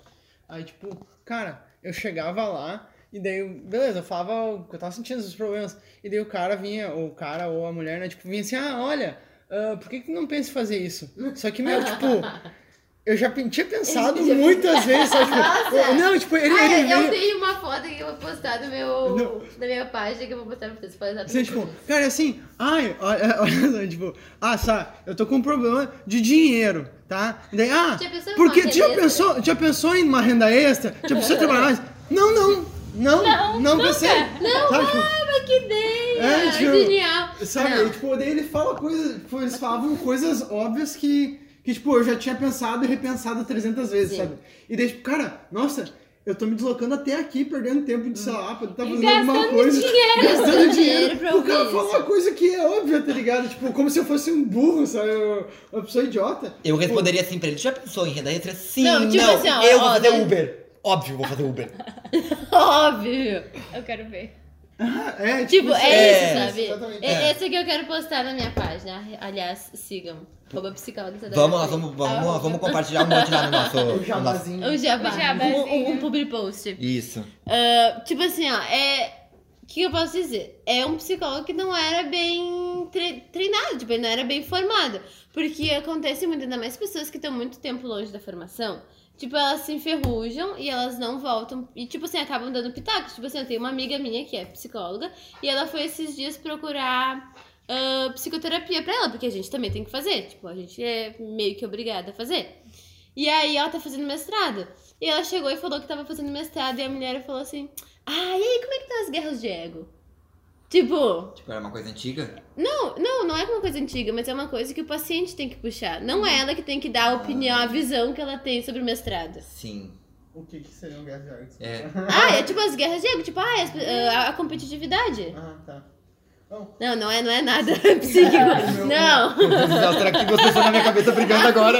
Speaker 5: Aí, tipo, cara, eu chegava lá e daí, eu- beleza, eu falava o que eu tava sentindo os problemas. E daí o cara vinha, ou o cara ou a mulher, né, tipo, vinha assim, ah, olha, ah, por que que tu não pensa em fazer isso? Só que, meu, tipo, eu já pen- tinha pensado
Speaker 4: já-
Speaker 5: muitas vezes, sabe? Tipo, eu- não, tipo, ele,
Speaker 4: Ah,
Speaker 5: ele,
Speaker 4: eu
Speaker 5: ele-
Speaker 4: tenho uma foto que eu vou postar do meu,
Speaker 5: Não.
Speaker 4: da minha página que eu vou postar pra vocês. Pode usar
Speaker 5: assim,
Speaker 4: também.
Speaker 5: tipo, cara, assim, ai, olha, olha só, tipo, ah, sabe, eu tô com um problema de dinheiro, tá? E daí, ah,
Speaker 4: Já pensou em uma
Speaker 5: porque
Speaker 4: renda
Speaker 5: já
Speaker 4: extra?
Speaker 5: pensou, já pensou em uma renda extra? Já pensou em trabalhar mais? Não, não, não, não, pensei. Não, sabe, tipo,
Speaker 4: Ah, mas que ideia!
Speaker 5: É, tipo,
Speaker 4: genial!
Speaker 5: Sabe,
Speaker 4: Não.
Speaker 5: e, tipo, daí ele fala coisas, tipo, eles falavam coisas óbvias que, que, tipo, eu já tinha pensado e repensado 300 vezes,
Speaker 4: Sim.
Speaker 5: sabe? E daí, tipo, cara, nossa, eu tô me deslocando até aqui, perdendo tempo de, sei lá, pra tá
Speaker 4: E
Speaker 5: fazendo
Speaker 4: gastando
Speaker 5: alguma coisa.
Speaker 4: dinheiro. Gastando
Speaker 5: Gastando dinheiro.
Speaker 4: dinheiro pra
Speaker 5: o cara
Speaker 4: ouvir
Speaker 5: fala
Speaker 4: isso.
Speaker 5: uma coisa que é óbvia, tá ligado? Tipo, como se eu fosse um burro, sabe? Eu- Uma pessoa idiota.
Speaker 2: Eu responderia assim pra ele, já pensou em renda extra? Sim,
Speaker 4: Não,
Speaker 2: não,
Speaker 4: tipo assim, ó,
Speaker 2: eu
Speaker 4: ó,
Speaker 2: vou fazer
Speaker 4: né?
Speaker 2: Uber. Óbvio, eu vou fazer Uber.
Speaker 4: Óbvio!
Speaker 3: Eu quero ver.
Speaker 5: Ah, é,
Speaker 4: Tipo, é,
Speaker 2: É,
Speaker 4: isso, sabe?
Speaker 5: exatamente.
Speaker 4: É,
Speaker 2: É.
Speaker 4: Esse que eu quero postar na minha página. Aliás, sigam. Arroba psicóloga. tá Tadeu
Speaker 2: Vamos lá,
Speaker 4: Frei.
Speaker 2: vamos, vamos, vamos compartilhar um monte lá no nosso.
Speaker 5: O
Speaker 2: no nosso-
Speaker 5: jabazinho.
Speaker 4: O jabá.
Speaker 3: O jabazinho.
Speaker 4: Um, um, um public post.
Speaker 2: Isso.
Speaker 4: Ah, tipo assim, ó, é. O que eu posso dizer? É um psicólogo que não era bem tre- treinado, tipo, ele não era bem formado. Porque acontece muito, ainda mais pessoas que estão muito tempo longe da formação. Tipo, elas se enferrujam e elas não voltam. E, tipo assim, acabam dando pitacos. Tipo assim, eu tenho uma amiga minha que é psicóloga e ela foi esses dias procurar ah, psicoterapia pra ela, porque a gente também tem que fazer. Tipo, a gente é meio que obrigada a fazer. E aí ela tá fazendo mestrado. E ela chegou e falou que tava fazendo mestrado e a mulher falou assim: Ah, e aí, como é que tá as guerras de ego? Tipo,
Speaker 2: Tipo, era uma coisa antiga.
Speaker 4: não, não, não é uma coisa antiga, mas é uma coisa que o paciente tem que puxar. Não é ela que tem que dar a opinião, a visão que ela tem sobre o mestrado.
Speaker 2: Sim.
Speaker 5: O que que seria um Gas Jarvis?
Speaker 2: É.
Speaker 4: Ah, é tipo as guerras de ego, tipo, ah, é as- é a, a competitividade.
Speaker 5: Ah, tá. Não,
Speaker 4: Não, não é, não é nada psíquico. Não.
Speaker 2: Será que vocês estão na minha cabeça brigando
Speaker 4: Ah,
Speaker 2: agora?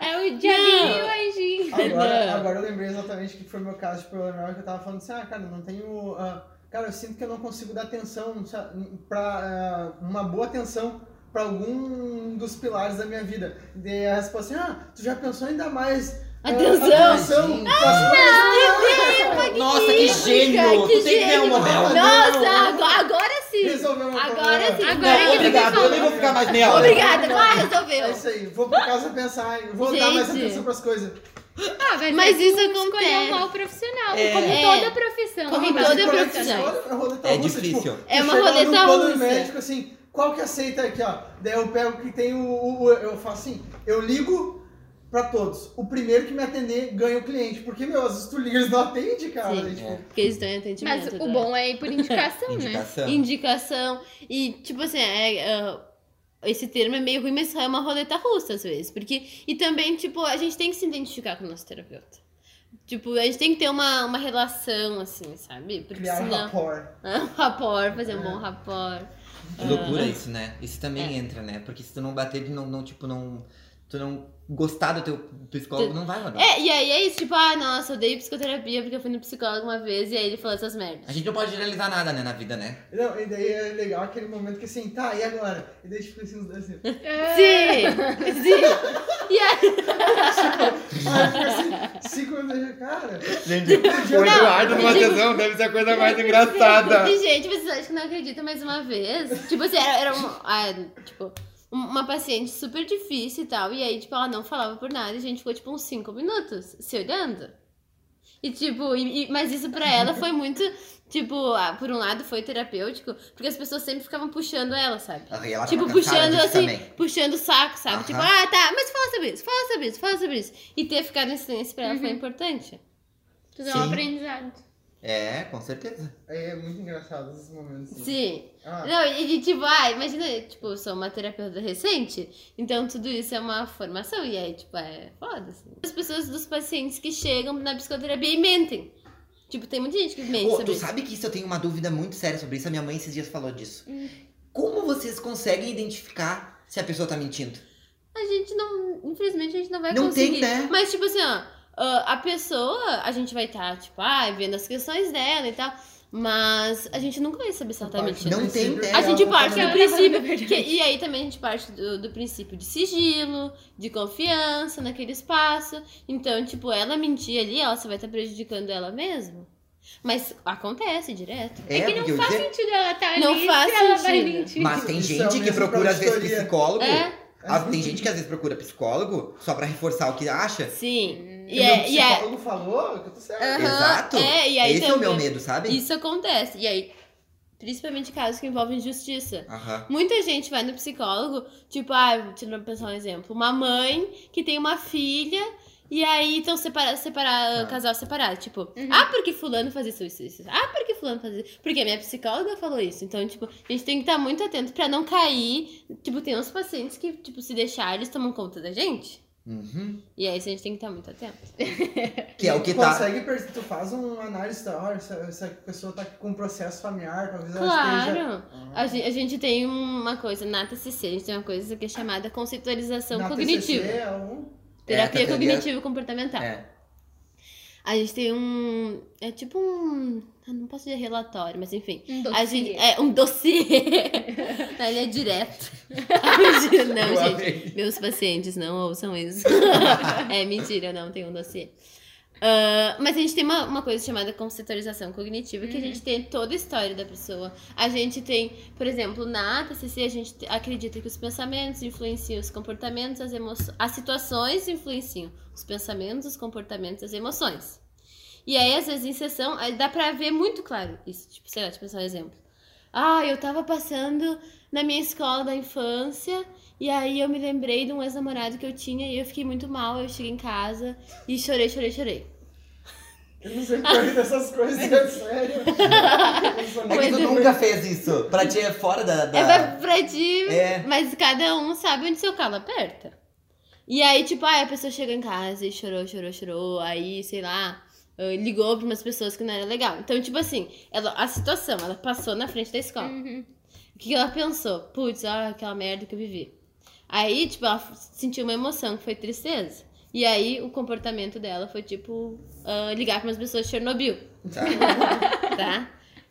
Speaker 3: É o diabinho
Speaker 4: Não.
Speaker 3: e o anjinho.
Speaker 5: Agora,
Speaker 4: Não.
Speaker 5: agora eu lembrei exatamente que foi meu caso de problema na hora que eu tava falando assim, ah, cara, não tenho. ah, cara, eu sinto que eu não consigo dar atenção sa- pra ah, uma boa atenção pra algum dos pilares da minha vida. Daí a é, resposta assim, ah, tu já pensou ainda mais. ah,
Speaker 4: Atenção.
Speaker 5: atenção. né?"
Speaker 2: Gente.
Speaker 5: pras coisas."
Speaker 4: magnífica!
Speaker 2: Nossa, que gênio!
Speaker 4: que
Speaker 2: tu tem que ganhar um
Speaker 4: gênio.
Speaker 2: Nobel.
Speaker 4: Nossa, agora, agora sim!
Speaker 5: Resolveu meu
Speaker 4: Agora
Speaker 5: problema.
Speaker 4: sim!
Speaker 3: Agora
Speaker 4: Agora
Speaker 2: Não,
Speaker 4: que
Speaker 2: obrigado,
Speaker 4: você
Speaker 2: eu nem
Speaker 4: falou.
Speaker 2: vou ficar mais nela.
Speaker 4: Obrigada, agora
Speaker 5: É
Speaker 4: resolveu!
Speaker 5: isso aí, vou pra casa pensar, eu vou dar mais
Speaker 4: Gente.
Speaker 5: atenção pras coisas.
Speaker 3: Ah, vai
Speaker 4: Mas
Speaker 3: ter
Speaker 4: isso
Speaker 3: que escolher
Speaker 4: acontece.
Speaker 3: um mau profissional,
Speaker 2: É.
Speaker 3: como
Speaker 4: É.
Speaker 3: toda profissão. né?
Speaker 4: Como
Speaker 3: tem
Speaker 4: toda
Speaker 3: vários
Speaker 4: é
Speaker 5: Agora,
Speaker 4: profissional.
Speaker 5: olha pra roleta
Speaker 2: É
Speaker 5: russa, tipo,
Speaker 2: difícil.
Speaker 4: É
Speaker 5: eu
Speaker 4: uma
Speaker 5: chego lá no
Speaker 4: roleta
Speaker 5: plano
Speaker 4: russa.
Speaker 5: médico, assim, qual que aceita aqui, ó? Daí eu pego o que tem o, o- o- Eu faço assim, eu ligo pra todos. O primeiro que me atender ganha o cliente. Porque, meu, às vezes tu liga, eles não atendem, cara.
Speaker 4: Sim.
Speaker 5: né? Tipo,
Speaker 2: É.
Speaker 4: Porque eles estão em atendimento.
Speaker 3: Mas o
Speaker 4: né?
Speaker 3: bom é ir por
Speaker 4: tipo,
Speaker 3: indicação, né?
Speaker 2: Indicação.
Speaker 4: é. indicação. E, tipo assim, é, ah, esse termo é meio ruim, mas é uma roleta russa às vezes. Porque, e também, tipo, a gente tem que se identificar com o nosso terapeuta. Tipo, a gente tem que ter uma, uma relação, assim, sabe? Porque
Speaker 5: criar um
Speaker 4: senão.
Speaker 5: rapport.
Speaker 4: Um rapport, fazer um
Speaker 5: É.
Speaker 4: bom rapport.
Speaker 2: Que
Speaker 4: é.
Speaker 2: loucura isso, né? Isso também entra, né? Porque se tu não bater, tu não, não, tipo, não. Tu não gostar do teu psicólogo, não vai, mano.
Speaker 4: É, e aí é isso, tipo, ah, nossa, eu dei psicoterapia porque eu fui no psicólogo uma vez e aí ele falou essas merdas.
Speaker 2: A gente não pode generalizar nada, né, na vida, né?
Speaker 5: Não, e daí é legal aquele momento que assim, tá, e agora? E daí tipo assim, os dois assim.
Speaker 3: É,
Speaker 4: Sim! Sim! E aí.
Speaker 5: Ah, fica assim, cinco minutos, cara.
Speaker 2: Gente,
Speaker 4: Tipo,
Speaker 2: o
Speaker 4: Eduardo numa digo-
Speaker 2: sessão deve ser a coisa
Speaker 4: tipo,
Speaker 2: mais
Speaker 4: E, gente, vocês acham que não acreditam mais uma vez? Tipo assim, era, era uma, ah, tipo, um- uma paciente super difícil e tal. E aí, tipo, ela não falava por nada e a gente ficou, tipo, uns 5 minutos se olhando. E, tipo, e- e- mas isso pra ela foi muito, tipo, ah, por um lado foi terapêutico, porque as pessoas sempre ficavam puxando ela, sabe?
Speaker 2: Aí Ah, ela
Speaker 4: Tipo,
Speaker 2: tava
Speaker 4: puxando
Speaker 2: disso
Speaker 4: assim,
Speaker 2: Também.
Speaker 4: puxando o saco, sabe?
Speaker 2: Aham.
Speaker 4: Tipo, ah, tá, mas fala sobre isso, fala sobre isso, fala sobre isso. E ter ficado em silêncio pra ela foi importante.
Speaker 3: Tudo é um
Speaker 2: Sim.
Speaker 3: aprendizado.
Speaker 2: É, com certeza.
Speaker 5: Aí é muito engraçado esses momentos. assim.
Speaker 4: Sim.
Speaker 5: Ah,
Speaker 4: Não, e e, tipo, ah, imagina, tipo, eu sou uma terapeuta recente, então tudo isso é uma formação, e aí, tipo, é foda, assim. As pessoas dos pacientes que chegam na psicoterapia e mentem. Tipo, tem muita gente que mente
Speaker 2: Ô,
Speaker 4: sobre
Speaker 2: tu
Speaker 4: isso.
Speaker 2: sabe que isso eu tenho uma dúvida muito séria sobre isso. A minha mãe esses dias falou disso.
Speaker 3: Hum.
Speaker 2: Como vocês conseguem identificar se a pessoa tá mentindo?
Speaker 4: A gente não, infelizmente, a gente não vai
Speaker 2: Não tem,
Speaker 4: conseguir.
Speaker 2: né?
Speaker 4: Mas, tipo assim, ó, ah, a pessoa, a gente vai estar, tipo, ah, vendo as questões dela e tal, mas a gente nunca vai saber se ela tá
Speaker 5: parte
Speaker 4: mentindo.
Speaker 5: do
Speaker 2: Não tem
Speaker 5: princípio
Speaker 2: ideia.
Speaker 5: que
Speaker 4: A
Speaker 5: ela
Speaker 4: gente
Speaker 5: tá
Speaker 4: parte do
Speaker 5: falando.
Speaker 3: falando.
Speaker 4: princípio. que- e aí também a gente parte do, do princípio de sigilo, de confiança naquele espaço. Então, tipo, ela mentir ali, ela só vai estar prejudicando ela mesma. Mas acontece direto.
Speaker 3: É, que
Speaker 2: porque
Speaker 3: não
Speaker 2: eu
Speaker 3: faz
Speaker 2: dizer-
Speaker 3: sentido ela estar ali
Speaker 4: Não
Speaker 3: se
Speaker 4: faz
Speaker 3: ela vai
Speaker 4: sentido.
Speaker 3: mentir.
Speaker 2: Mas tem
Speaker 5: Isso é
Speaker 2: gente
Speaker 5: o
Speaker 2: que
Speaker 5: mesmo
Speaker 2: procura,
Speaker 5: pra
Speaker 2: às vezes,
Speaker 5: auditoria.
Speaker 2: psicólogo.
Speaker 4: É,
Speaker 2: Ah, tem gente que às vezes procura psicólogo só pra reforçar o que acha.
Speaker 4: sim. E
Speaker 5: Entendeu?
Speaker 4: é.
Speaker 5: O
Speaker 4: E é
Speaker 5: psicólogo falou que eu tô certo.
Speaker 4: Aham,
Speaker 2: Uhum. Exato.
Speaker 4: É, e aí
Speaker 2: Esse é o
Speaker 4: também-
Speaker 2: meu medo, sabe?
Speaker 4: isso acontece. E aí, principalmente casos que envolvem justiça.
Speaker 2: Aham.
Speaker 4: Muita gente vai no psicólogo, tipo, ah, vou te dar- pensar um exemplo, uma mãe que tem uma filha e aí estão separados, separa,
Speaker 2: Ah.
Speaker 4: casal separado, tipo,
Speaker 3: Uhum.
Speaker 4: ah, porque fulano faz isso, isso, isso, ah, porque fulano faz isso, porque a minha psicóloga falou isso, então, tipo, a gente tem que estar muito atento pra não cair, tipo, tem uns pacientes que, tipo, se deixar, eles tomam conta da gente,
Speaker 2: Uhum.
Speaker 4: e aí a gente tem que estar muito atento.
Speaker 2: Que é o
Speaker 5: Tu
Speaker 2: que tá.
Speaker 5: consegue, per- tu faz uma análise da hora, se, se a pessoa tá com um processo familiar, talvez ela
Speaker 4: Claro,
Speaker 5: esteja... Ah,
Speaker 4: a gente, a gente tem uma coisa, na TCC, a gente tem uma coisa que é chamada conceitualização
Speaker 5: Na
Speaker 4: cognitiva,
Speaker 5: TCC é um-
Speaker 4: terapia
Speaker 2: É, tá, teoria-
Speaker 4: cognitivo-comportamental.
Speaker 2: É.
Speaker 4: A gente tem um. É tipo um. eu Não posso dizer relatório, mas enfim.
Speaker 3: Um
Speaker 4: A
Speaker 3: dossiê.
Speaker 4: gente, é um dossiê. Não, Ele é direto. Não,
Speaker 2: Eu
Speaker 4: gente.
Speaker 2: amei.
Speaker 4: Meus pacientes não ouçam isso. é mentira, eu não tenho um dossiê. Ah, mas a gente tem uma, uma coisa chamada conceitualização cognitiva, que a gente tem toda a história da pessoa. A gente tem, por exemplo, na TCC, a gente te- acredita que os pensamentos influenciam os comportamentos, as emoções. As situações influenciam os pensamentos, os comportamentos, as emoções. E aí, às vezes, em sessão, aí dá pra ver muito claro isso. Tipo, sei lá, tipo, só um exemplo. Ah, eu tava passando na minha escola da infância e aí eu me lembrei de um ex-namorado que eu tinha e eu fiquei muito mal. Eu cheguei em casa e chorei, chorei, chorei.
Speaker 5: Eu não sei correr dessas coisas, é sério.
Speaker 2: É que tu
Speaker 4: Coisa-
Speaker 2: nunca fez isso. Pra ti é fora da. da-
Speaker 4: É pra, pra ti,
Speaker 2: É.
Speaker 4: mas cada um sabe onde seu calo aperta. E aí, tipo, aí a pessoa chegou em casa e chorou, chorou, chorou. Aí, sei lá, ah, ligou pra umas pessoas que não era legal. Então, tipo assim, ela, a situação, ela passou na frente da escola.
Speaker 3: Uhum.
Speaker 4: O que que ela pensou? Putz, ah, aquela merda que eu vivi. Aí, tipo, ela f- sentiu uma emoção que foi tristeza. E aí, o comportamento dela foi, tipo, ah, ligar para umas pessoas de Chernobyl,
Speaker 2: Tá.
Speaker 4: tá?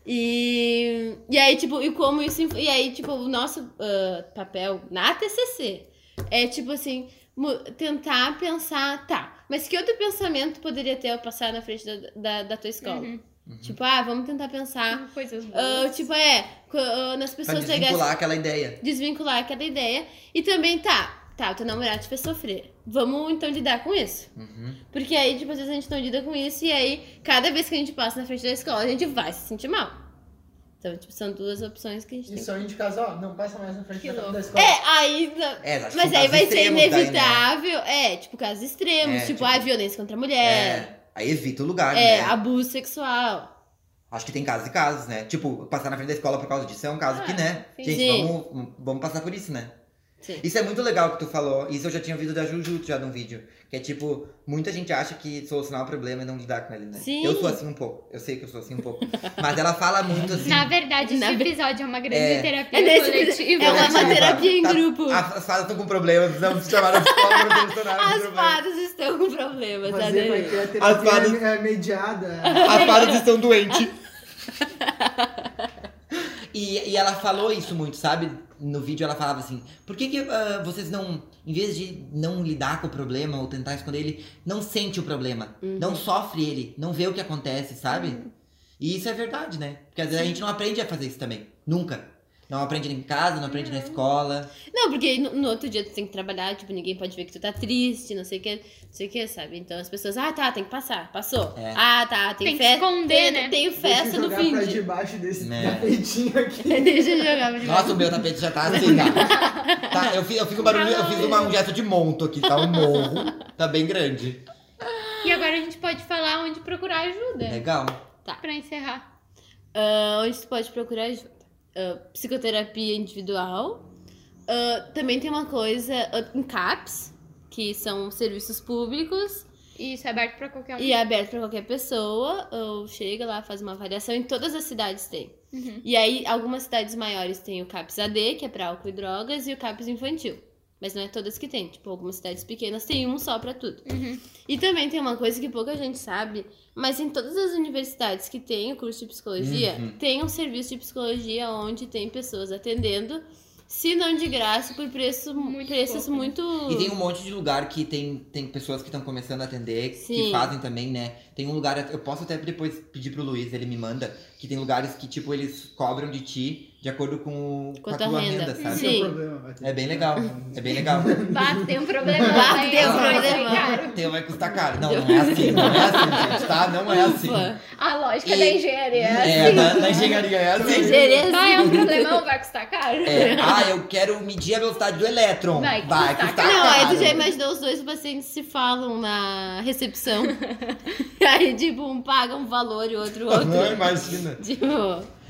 Speaker 4: E, e aí, tipo, e como isso. influ- E aí, tipo, o nosso ah, papel na TCC é, tipo assim, mu- tentar pensar, tá, mas que outro pensamento poderia ter eu passar na frente da, da, da tua escola?
Speaker 3: Uhum.
Speaker 4: Tipo, ah, vamos tentar pensar.
Speaker 3: Coisas
Speaker 4: ah,
Speaker 3: boas.
Speaker 4: tipo, é, co- ah, nas
Speaker 2: Pra
Speaker 4: pessoas
Speaker 2: desvincular
Speaker 4: legais.
Speaker 2: aquela ideia.
Speaker 4: Desvincular aquela ideia. E também, tá, tá, o teu namorado te fez sofrer. Vamos então lidar com isso.
Speaker 2: Uhum.
Speaker 4: Porque aí, tipo, às vezes a gente não lida com isso e aí, cada vez que a gente passa na frente da escola, a gente vai se sentir mal. Então, tipo, são duas opções que a gente
Speaker 5: E
Speaker 4: tem.
Speaker 5: só de casa, ó, não passa mais na frente
Speaker 3: Que
Speaker 5: da,
Speaker 3: louco.
Speaker 5: da escola.
Speaker 4: É, aí. não-
Speaker 2: É, acho que
Speaker 4: Mas
Speaker 2: são
Speaker 4: aí
Speaker 2: casos
Speaker 4: vai ser
Speaker 2: extremos daí, né?
Speaker 4: inevitável. É, tipo, casos extremos.
Speaker 2: É,
Speaker 4: tipo,
Speaker 2: tipo,
Speaker 4: ah, violência contra a mulher.
Speaker 2: É, aí evita o lugar,
Speaker 4: É,
Speaker 2: né?
Speaker 4: abuso sexual.
Speaker 2: Acho que tem casos e casos, né? Tipo, passar na frente da escola por causa disso é um caso
Speaker 3: Ah,
Speaker 2: que, né?
Speaker 3: sim.
Speaker 2: Gente,
Speaker 4: Sim.
Speaker 2: vamos, vamos passar por isso, né?
Speaker 4: Sim.
Speaker 2: Isso é muito legal que tu falou. Isso eu já tinha ouvido da Juju já num vídeo. Que é tipo, muita gente acha que solucionar o problema é não lidar com ele, né?
Speaker 4: Sim.
Speaker 2: Eu sou assim um pouco. Eu sei que eu sou assim um pouco. Mas ela fala muito assim.
Speaker 3: Na verdade,
Speaker 4: Na
Speaker 3: esse
Speaker 4: ver-
Speaker 3: episódio é uma grande
Speaker 2: É.
Speaker 4: É
Speaker 3: terapia
Speaker 4: nesse-
Speaker 3: coletiva.
Speaker 4: é uma- uma
Speaker 2: Coletiva.
Speaker 4: terapia em
Speaker 2: Tá-
Speaker 4: grupo.
Speaker 2: As as fadas estão com problema, precisamos chamar a escola pra solucionar o
Speaker 4: As
Speaker 2: problema.
Speaker 4: fadas estão com problemas, tá, né,
Speaker 5: Fazer vai
Speaker 4: adorei.
Speaker 5: ter a terapia
Speaker 2: fadas-
Speaker 5: é mediada.
Speaker 2: As fadas estão doentes. E, e ela falou isso muito, sabe? No vídeo ela falava assim: por que, que ah, vocês não, em vez de não lidar com o problema ou tentar esconder ele, não sente o problema,
Speaker 4: Uhum.
Speaker 2: não sofre ele, não vê o que acontece, sabe? E isso é verdade, né? Porque às vezes a gente não aprende a fazer isso também, nunca. Não aprende em casa, não aprende
Speaker 4: Uhum.
Speaker 2: na escola.
Speaker 4: Não, porque aí no, no outro dia tu tem que trabalhar, tipo, ninguém pode ver que tu tá triste, não sei o que, não sei o que, sabe? Então as pessoas, ah, tá, tem que passar, passou.
Speaker 2: É.
Speaker 4: Ah, tá, tem,
Speaker 3: Tem que
Speaker 4: festa.
Speaker 3: esconder,
Speaker 4: tem,
Speaker 3: né?
Speaker 4: tem
Speaker 5: Deixa eu
Speaker 4: festa no
Speaker 5: jogar
Speaker 4: fim
Speaker 5: pra
Speaker 4: de.
Speaker 5: debaixo desse
Speaker 2: Né.
Speaker 5: tapetinho aqui.
Speaker 4: Deixa eu jogar pra debaixo.
Speaker 2: Nossa, o meu tapete já tá assim, tá? tá eu, fiz, eu fiz um barulho, eu fiz uma- um gesto de monto aqui, tá? Um morro. Tá bem grande.
Speaker 3: E agora a gente pode falar onde procurar ajuda.
Speaker 2: Legal.
Speaker 3: Pra encerrar.
Speaker 4: Ah, onde tu pode procurar ajuda? Ah, psicoterapia individual. Ah, também tem uma coisa, ah, em CAPS, que são serviços públicos
Speaker 3: E isso é aberto pra qualquer um.
Speaker 4: e é aberto pra qualquer pessoa. Ou chega lá, faz uma avaliação. Em todas as cidades tem.
Speaker 3: Uhum.
Speaker 4: E aí, algumas cidades maiores têm o CAPS AD, que é pra álcool e drogas, e o CAPS infantil. Mas não é todas que tem. Tipo, algumas cidades pequenas tem um só pra tudo.
Speaker 3: Uhum.
Speaker 4: E também tem uma coisa que pouca gente sabe, mas em todas as universidades que tem o curso de psicologia,
Speaker 2: Uhum.
Speaker 4: tem um serviço de psicologia onde tem pessoas atendendo, se não de graça, por preço,
Speaker 3: Muito
Speaker 4: preços
Speaker 3: pouco, né?
Speaker 4: muito.
Speaker 2: E tem um monte de lugar que tem, tem pessoas que estão começando a atender,
Speaker 4: Sim.
Speaker 2: que fazem também, né? Tem um lugar, eu posso até depois pedir pro Luiz, ele me manda, que tem lugares que, tipo, eles cobram de ti de acordo com, o- com a
Speaker 4: Quanto a
Speaker 2: tua
Speaker 4: renda.
Speaker 2: renda,
Speaker 5: Esse é o
Speaker 2: sabe?
Speaker 4: Sim.
Speaker 5: problema, vai ter.
Speaker 2: É bem legal. É bem legal.
Speaker 3: Bah, tem um problema.
Speaker 4: Bah,
Speaker 3: vai,
Speaker 4: tem um
Speaker 3: vai,
Speaker 4: problemão.
Speaker 3: cara.
Speaker 2: Tem, vai custar caro. Não, não é assim, não é assim, gente, tá? Não é assim.
Speaker 4: Ufa.
Speaker 3: A lógica
Speaker 2: E-
Speaker 3: da engenharia. É.
Speaker 2: É, na, na engenharia é assim.
Speaker 4: Beleza.
Speaker 3: Bah, é um problemão, vai custar caro.
Speaker 2: É, ah, eu quero medir a velocidade do elétron.
Speaker 3: Vai custar
Speaker 2: custar
Speaker 4: Não,
Speaker 3: tá.
Speaker 4: é aí
Speaker 2: caro.
Speaker 4: tu já imaginou os dois pacientes se falam na recepção. aí, tipo, um paga um valor e o outro
Speaker 2: Não,
Speaker 4: outro.
Speaker 2: imagina.
Speaker 4: tipo,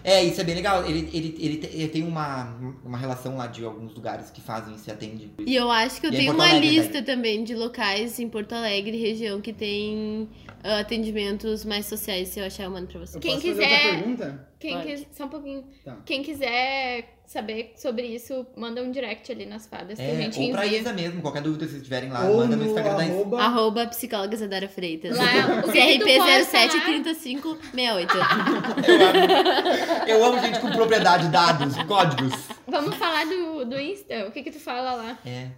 Speaker 2: É, isso é bem legal. Ele, ele, ele, te- ele tem uma, uma relação lá de alguns lugares que fazem e se atende.
Speaker 4: e eu acho que eu
Speaker 2: E em
Speaker 4: tenho
Speaker 2: Porto
Speaker 4: uma
Speaker 2: Alegre,
Speaker 4: lista também de locais em Porto Alegre, região, que tem ah, atendimentos mais sociais. Se eu achar, eu mando pra você.
Speaker 5: Eu
Speaker 3: Quem
Speaker 5: posso fazer
Speaker 3: quiser-
Speaker 5: outra pergunta?
Speaker 3: Quem
Speaker 4: Pode.
Speaker 3: quis, só um pouquinho.
Speaker 5: Tá.
Speaker 3: Quem quiser saber sobre isso, manda um direct ali nas fadas que a
Speaker 2: É,
Speaker 3: gente
Speaker 2: ou pra
Speaker 3: envia.
Speaker 2: Isa mesmo, qualquer dúvida que vocês tiverem lá,
Speaker 5: Ou
Speaker 2: manda no
Speaker 5: no
Speaker 2: Instagram da Isa.
Speaker 5: arroba...
Speaker 4: Arroba psicóloga Zadara Freitas.
Speaker 3: Lá, é o que que tu
Speaker 4: CRP
Speaker 3: posta lá?
Speaker 4: 073568.
Speaker 2: Eu amo gente com propriedade, dados, códigos.
Speaker 3: Vamos falar do, do Insta? O que que tu fala lá?
Speaker 2: É.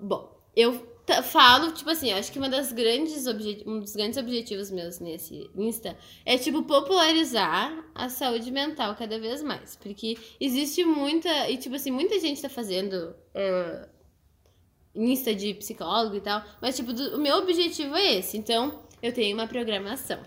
Speaker 4: Bom, eu ta- falo, tipo assim, eu acho que uma das grandes obje- um dos grandes objetivos meus nesse Insta é, tipo, popularizar a saúde mental cada vez mais. Porque existe muita. E, tipo assim, muita gente tá fazendo. eh, Insta de psicólogo e tal, mas tipo, do- o meu objetivo é esse, então eu tenho uma programação.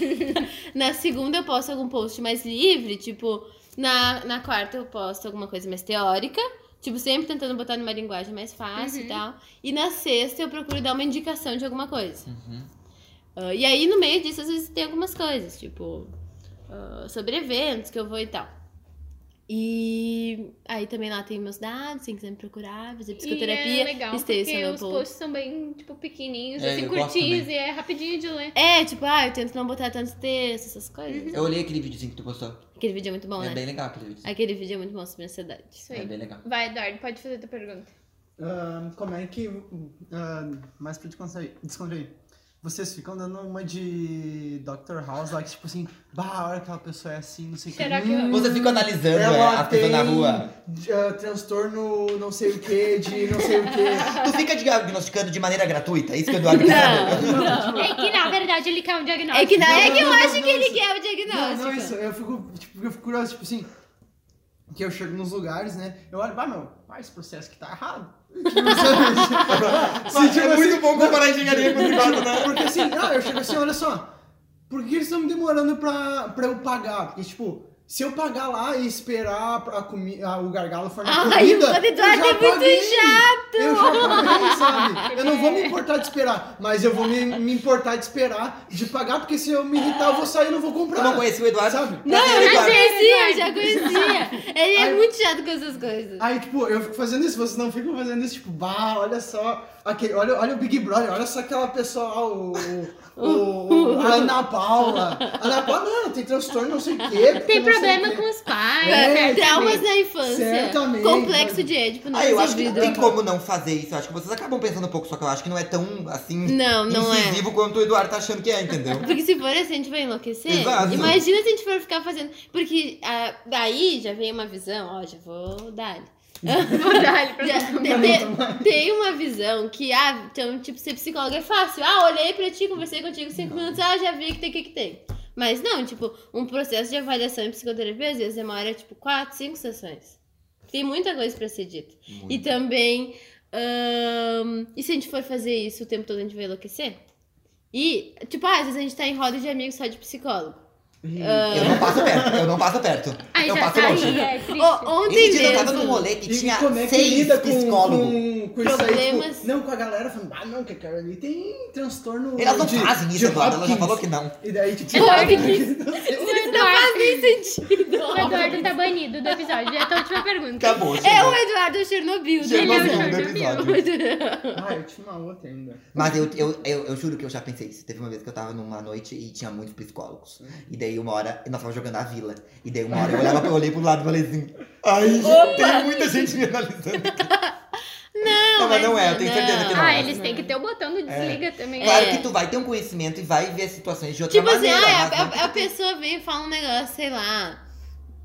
Speaker 4: na segunda eu posto algum post mais livre, tipo, na, na quarta eu posto alguma coisa mais teórica, tipo, sempre tentando botar numa linguagem mais fácil e
Speaker 3: Uhum.
Speaker 4: tal. E na sexta eu procuro dar uma indicação de alguma coisa.
Speaker 2: Uhum.
Speaker 4: Ah, e aí no meio disso às vezes tem algumas coisas, tipo, ah, sobre eventos que eu vou e tal. E aí também lá tem meus dados, quem quiser me procurar, fazer
Speaker 3: E
Speaker 4: psicoterapia,
Speaker 3: é legal,
Speaker 4: esteja
Speaker 3: porque
Speaker 4: no
Speaker 3: os
Speaker 4: post.
Speaker 3: posts são bem, tipo, pequenininhos,
Speaker 2: É,
Speaker 3: assim,
Speaker 2: eu gosto
Speaker 3: curtinhos e
Speaker 2: também.
Speaker 3: é rapidinho de ler.
Speaker 4: É, tipo, ah, eu tento não botar tanto texto, essas coisas.
Speaker 2: Eu olhei aquele videozinho que tu postou.
Speaker 4: Aquele vídeo é muito bom,
Speaker 2: é
Speaker 4: né?
Speaker 2: bem legal aquele videozinho.
Speaker 4: Aquele vídeo é muito bom sobre ansiedade.
Speaker 3: Isso
Speaker 2: É
Speaker 3: aí.
Speaker 2: bem legal.
Speaker 3: Vai, Eduardo, pode fazer tua pergunta.
Speaker 5: Ah, como é que. ah, mais pra descontrair. descontrair. vocês ficam dando uma de Dr. House lá, que tipo assim, bah, a hora que aquela pessoa é assim, não sei o que.
Speaker 3: Será que eu-
Speaker 2: Você fica analisando é,
Speaker 5: Ela
Speaker 2: a pessoa
Speaker 5: tem
Speaker 2: na rua.
Speaker 5: ah, transtorno não sei o que, de não sei o que.
Speaker 2: Tu fica diagnosticando de maneira gratuita, É isso que o Eduardo quer saber.
Speaker 6: É que na verdade ele quer um diagnóstico.
Speaker 4: É que, na, é que eu
Speaker 5: não,
Speaker 4: acho
Speaker 5: não,
Speaker 4: que ele
Speaker 5: isso-
Speaker 4: quer o
Speaker 5: Não,
Speaker 4: diagnóstico.
Speaker 5: não, isso, eu fico, tipo, eu fico curioso, tipo assim, que eu chego nos lugares, né, eu olho, bah, meu, ah, esse processo aqui tá errado. Tipo, sabe? Se, tipo,
Speaker 2: É muito
Speaker 5: assim,
Speaker 2: bom comparar engenharia com o privado, né?
Speaker 5: Porque assim, não, eu chego assim, olha só, por que eles estão demorando pra, pra eu pagar? Porque, tipo, se eu pagar lá e esperar a comi a- o gargalo for na
Speaker 4: Ai,
Speaker 5: comida,
Speaker 4: o Eduardo
Speaker 5: eu já
Speaker 4: é muito
Speaker 5: paguei.
Speaker 4: chato.
Speaker 5: Eu já paguei, sabe? Eu não vou me importar de esperar, mas eu vou me, me importar de esperar, de pagar, porque se eu me irritar, eu vou sair e não vou comprar.
Speaker 2: Eu não conheci o Eduardo.
Speaker 5: Sabe?
Speaker 2: Pra
Speaker 4: Não,
Speaker 2: ter o
Speaker 4: eu já
Speaker 2: Eduardo.
Speaker 4: conhecia, eu já conhecia. Ele é
Speaker 5: Ai.
Speaker 4: muito chato com essas coisas.
Speaker 5: Aí, tipo, eu fico fazendo isso, vocês não ficam fazendo isso, tipo, bah, olha só, aquele, olha, olha o Big Brother, olha só aquela pessoa, lá, o, o, o- a Ana Paula. A Ana Paula, não, tem transtorno, não sei o quê. porque
Speaker 6: Tem
Speaker 5: não sei o
Speaker 6: problema
Speaker 5: quê.
Speaker 6: com os pais.
Speaker 4: É,
Speaker 6: certo?
Speaker 4: Traumas na infância.
Speaker 5: Certamente.
Speaker 4: Complexo de Édipo não
Speaker 2: Ah, eu acho que não
Speaker 4: resolvido.
Speaker 2: tem como não fazer isso. Eu acho que vocês acabam pensando um pouco, só que eu acho que não é tão, assim,
Speaker 4: Não, não é.
Speaker 2: incisivo quanto o Eduardo tá achando que é, entendeu?
Speaker 4: Porque se for assim, a gente vai enlouquecer.
Speaker 2: Exato.
Speaker 4: Imagina se a gente for ficar fazendo. Porque ah, daí já vem uma visão, ó, já vou dar.
Speaker 3: Vou dar ele pra
Speaker 4: Já-
Speaker 3: todo
Speaker 4: te-
Speaker 3: mundo.
Speaker 5: tá
Speaker 4: te- Tem uma visão que, ah, então, tipo, ser psicóloga é fácil. Ah, olhei pra ti, conversei contigo cinco minutos, ah, já vi que tem, que que tem. Mas não, tipo, um processo de avaliação em psicoterapia às vezes demora, tipo, quatro, cinco sessões. Tem muita coisa pra ser dita. E também, ahn, e se a gente for fazer isso o tempo todo, a gente vai enlouquecer? E, tipo, ah, às vezes a gente tá em roda de amigos só de psicólogo.
Speaker 6: Ah.
Speaker 2: Eu não passo perto, eu não passo perto.
Speaker 6: Aí
Speaker 2: eu
Speaker 6: já
Speaker 3: tá
Speaker 2: passo longe.
Speaker 6: saí, é triste.
Speaker 4: O- ontem
Speaker 2: Esse dia eu tava num
Speaker 4: mesmo.
Speaker 2: rolê que
Speaker 5: E
Speaker 2: tinha
Speaker 5: como é que
Speaker 2: seis
Speaker 5: lida com,
Speaker 2: psicólogos.
Speaker 5: com, com isso aí,
Speaker 4: Problemas.
Speaker 5: tipo, não, com a galera falando, ah, não, que a Carol ali tem transtorno
Speaker 2: Elas não
Speaker 5: de,
Speaker 2: fazem
Speaker 5: de
Speaker 2: isso, Eduardo. Ela já
Speaker 5: Hopkins.
Speaker 2: falou que não.
Speaker 5: E daí, tipo,
Speaker 6: É O Eduardo, o
Speaker 4: sentido.
Speaker 6: Eduardo tá banido do episódio. É a última pergunta.
Speaker 2: Acabou,
Speaker 4: É o
Speaker 2: chegou.
Speaker 4: Eduardo Chernobyl, né? Tipo
Speaker 2: Chegou
Speaker 6: Ele é
Speaker 2: o
Speaker 6: o
Speaker 2: fim do
Speaker 6: Jordan
Speaker 2: episódio.
Speaker 4: Eduardo.
Speaker 5: ah, eu tinha uma outra ainda.
Speaker 2: Mas eu, eu, eu, eu juro que eu já pensei isso. Teve uma vez que eu tava numa noite e tinha muitos psicólogos. E daí uma hora, nós tava jogando a vila. E daí uma hora eu olhava, eu olhei pro lado e falei assim. Ai, gente, tem muita gente me analisando. aqui." Não, mas não é, eu tenho certeza que não.
Speaker 6: Ah, eles têm que ter o botão do desliga também.
Speaker 2: Claro
Speaker 4: É.
Speaker 2: que tu É. vai ter um conhecimento e vai ver as situações de outra
Speaker 4: Tipo assim,
Speaker 2: maneira.
Speaker 4: ah,
Speaker 2: mas
Speaker 4: a,
Speaker 2: não
Speaker 4: a- a pessoa vem e fala um negócio, sei lá.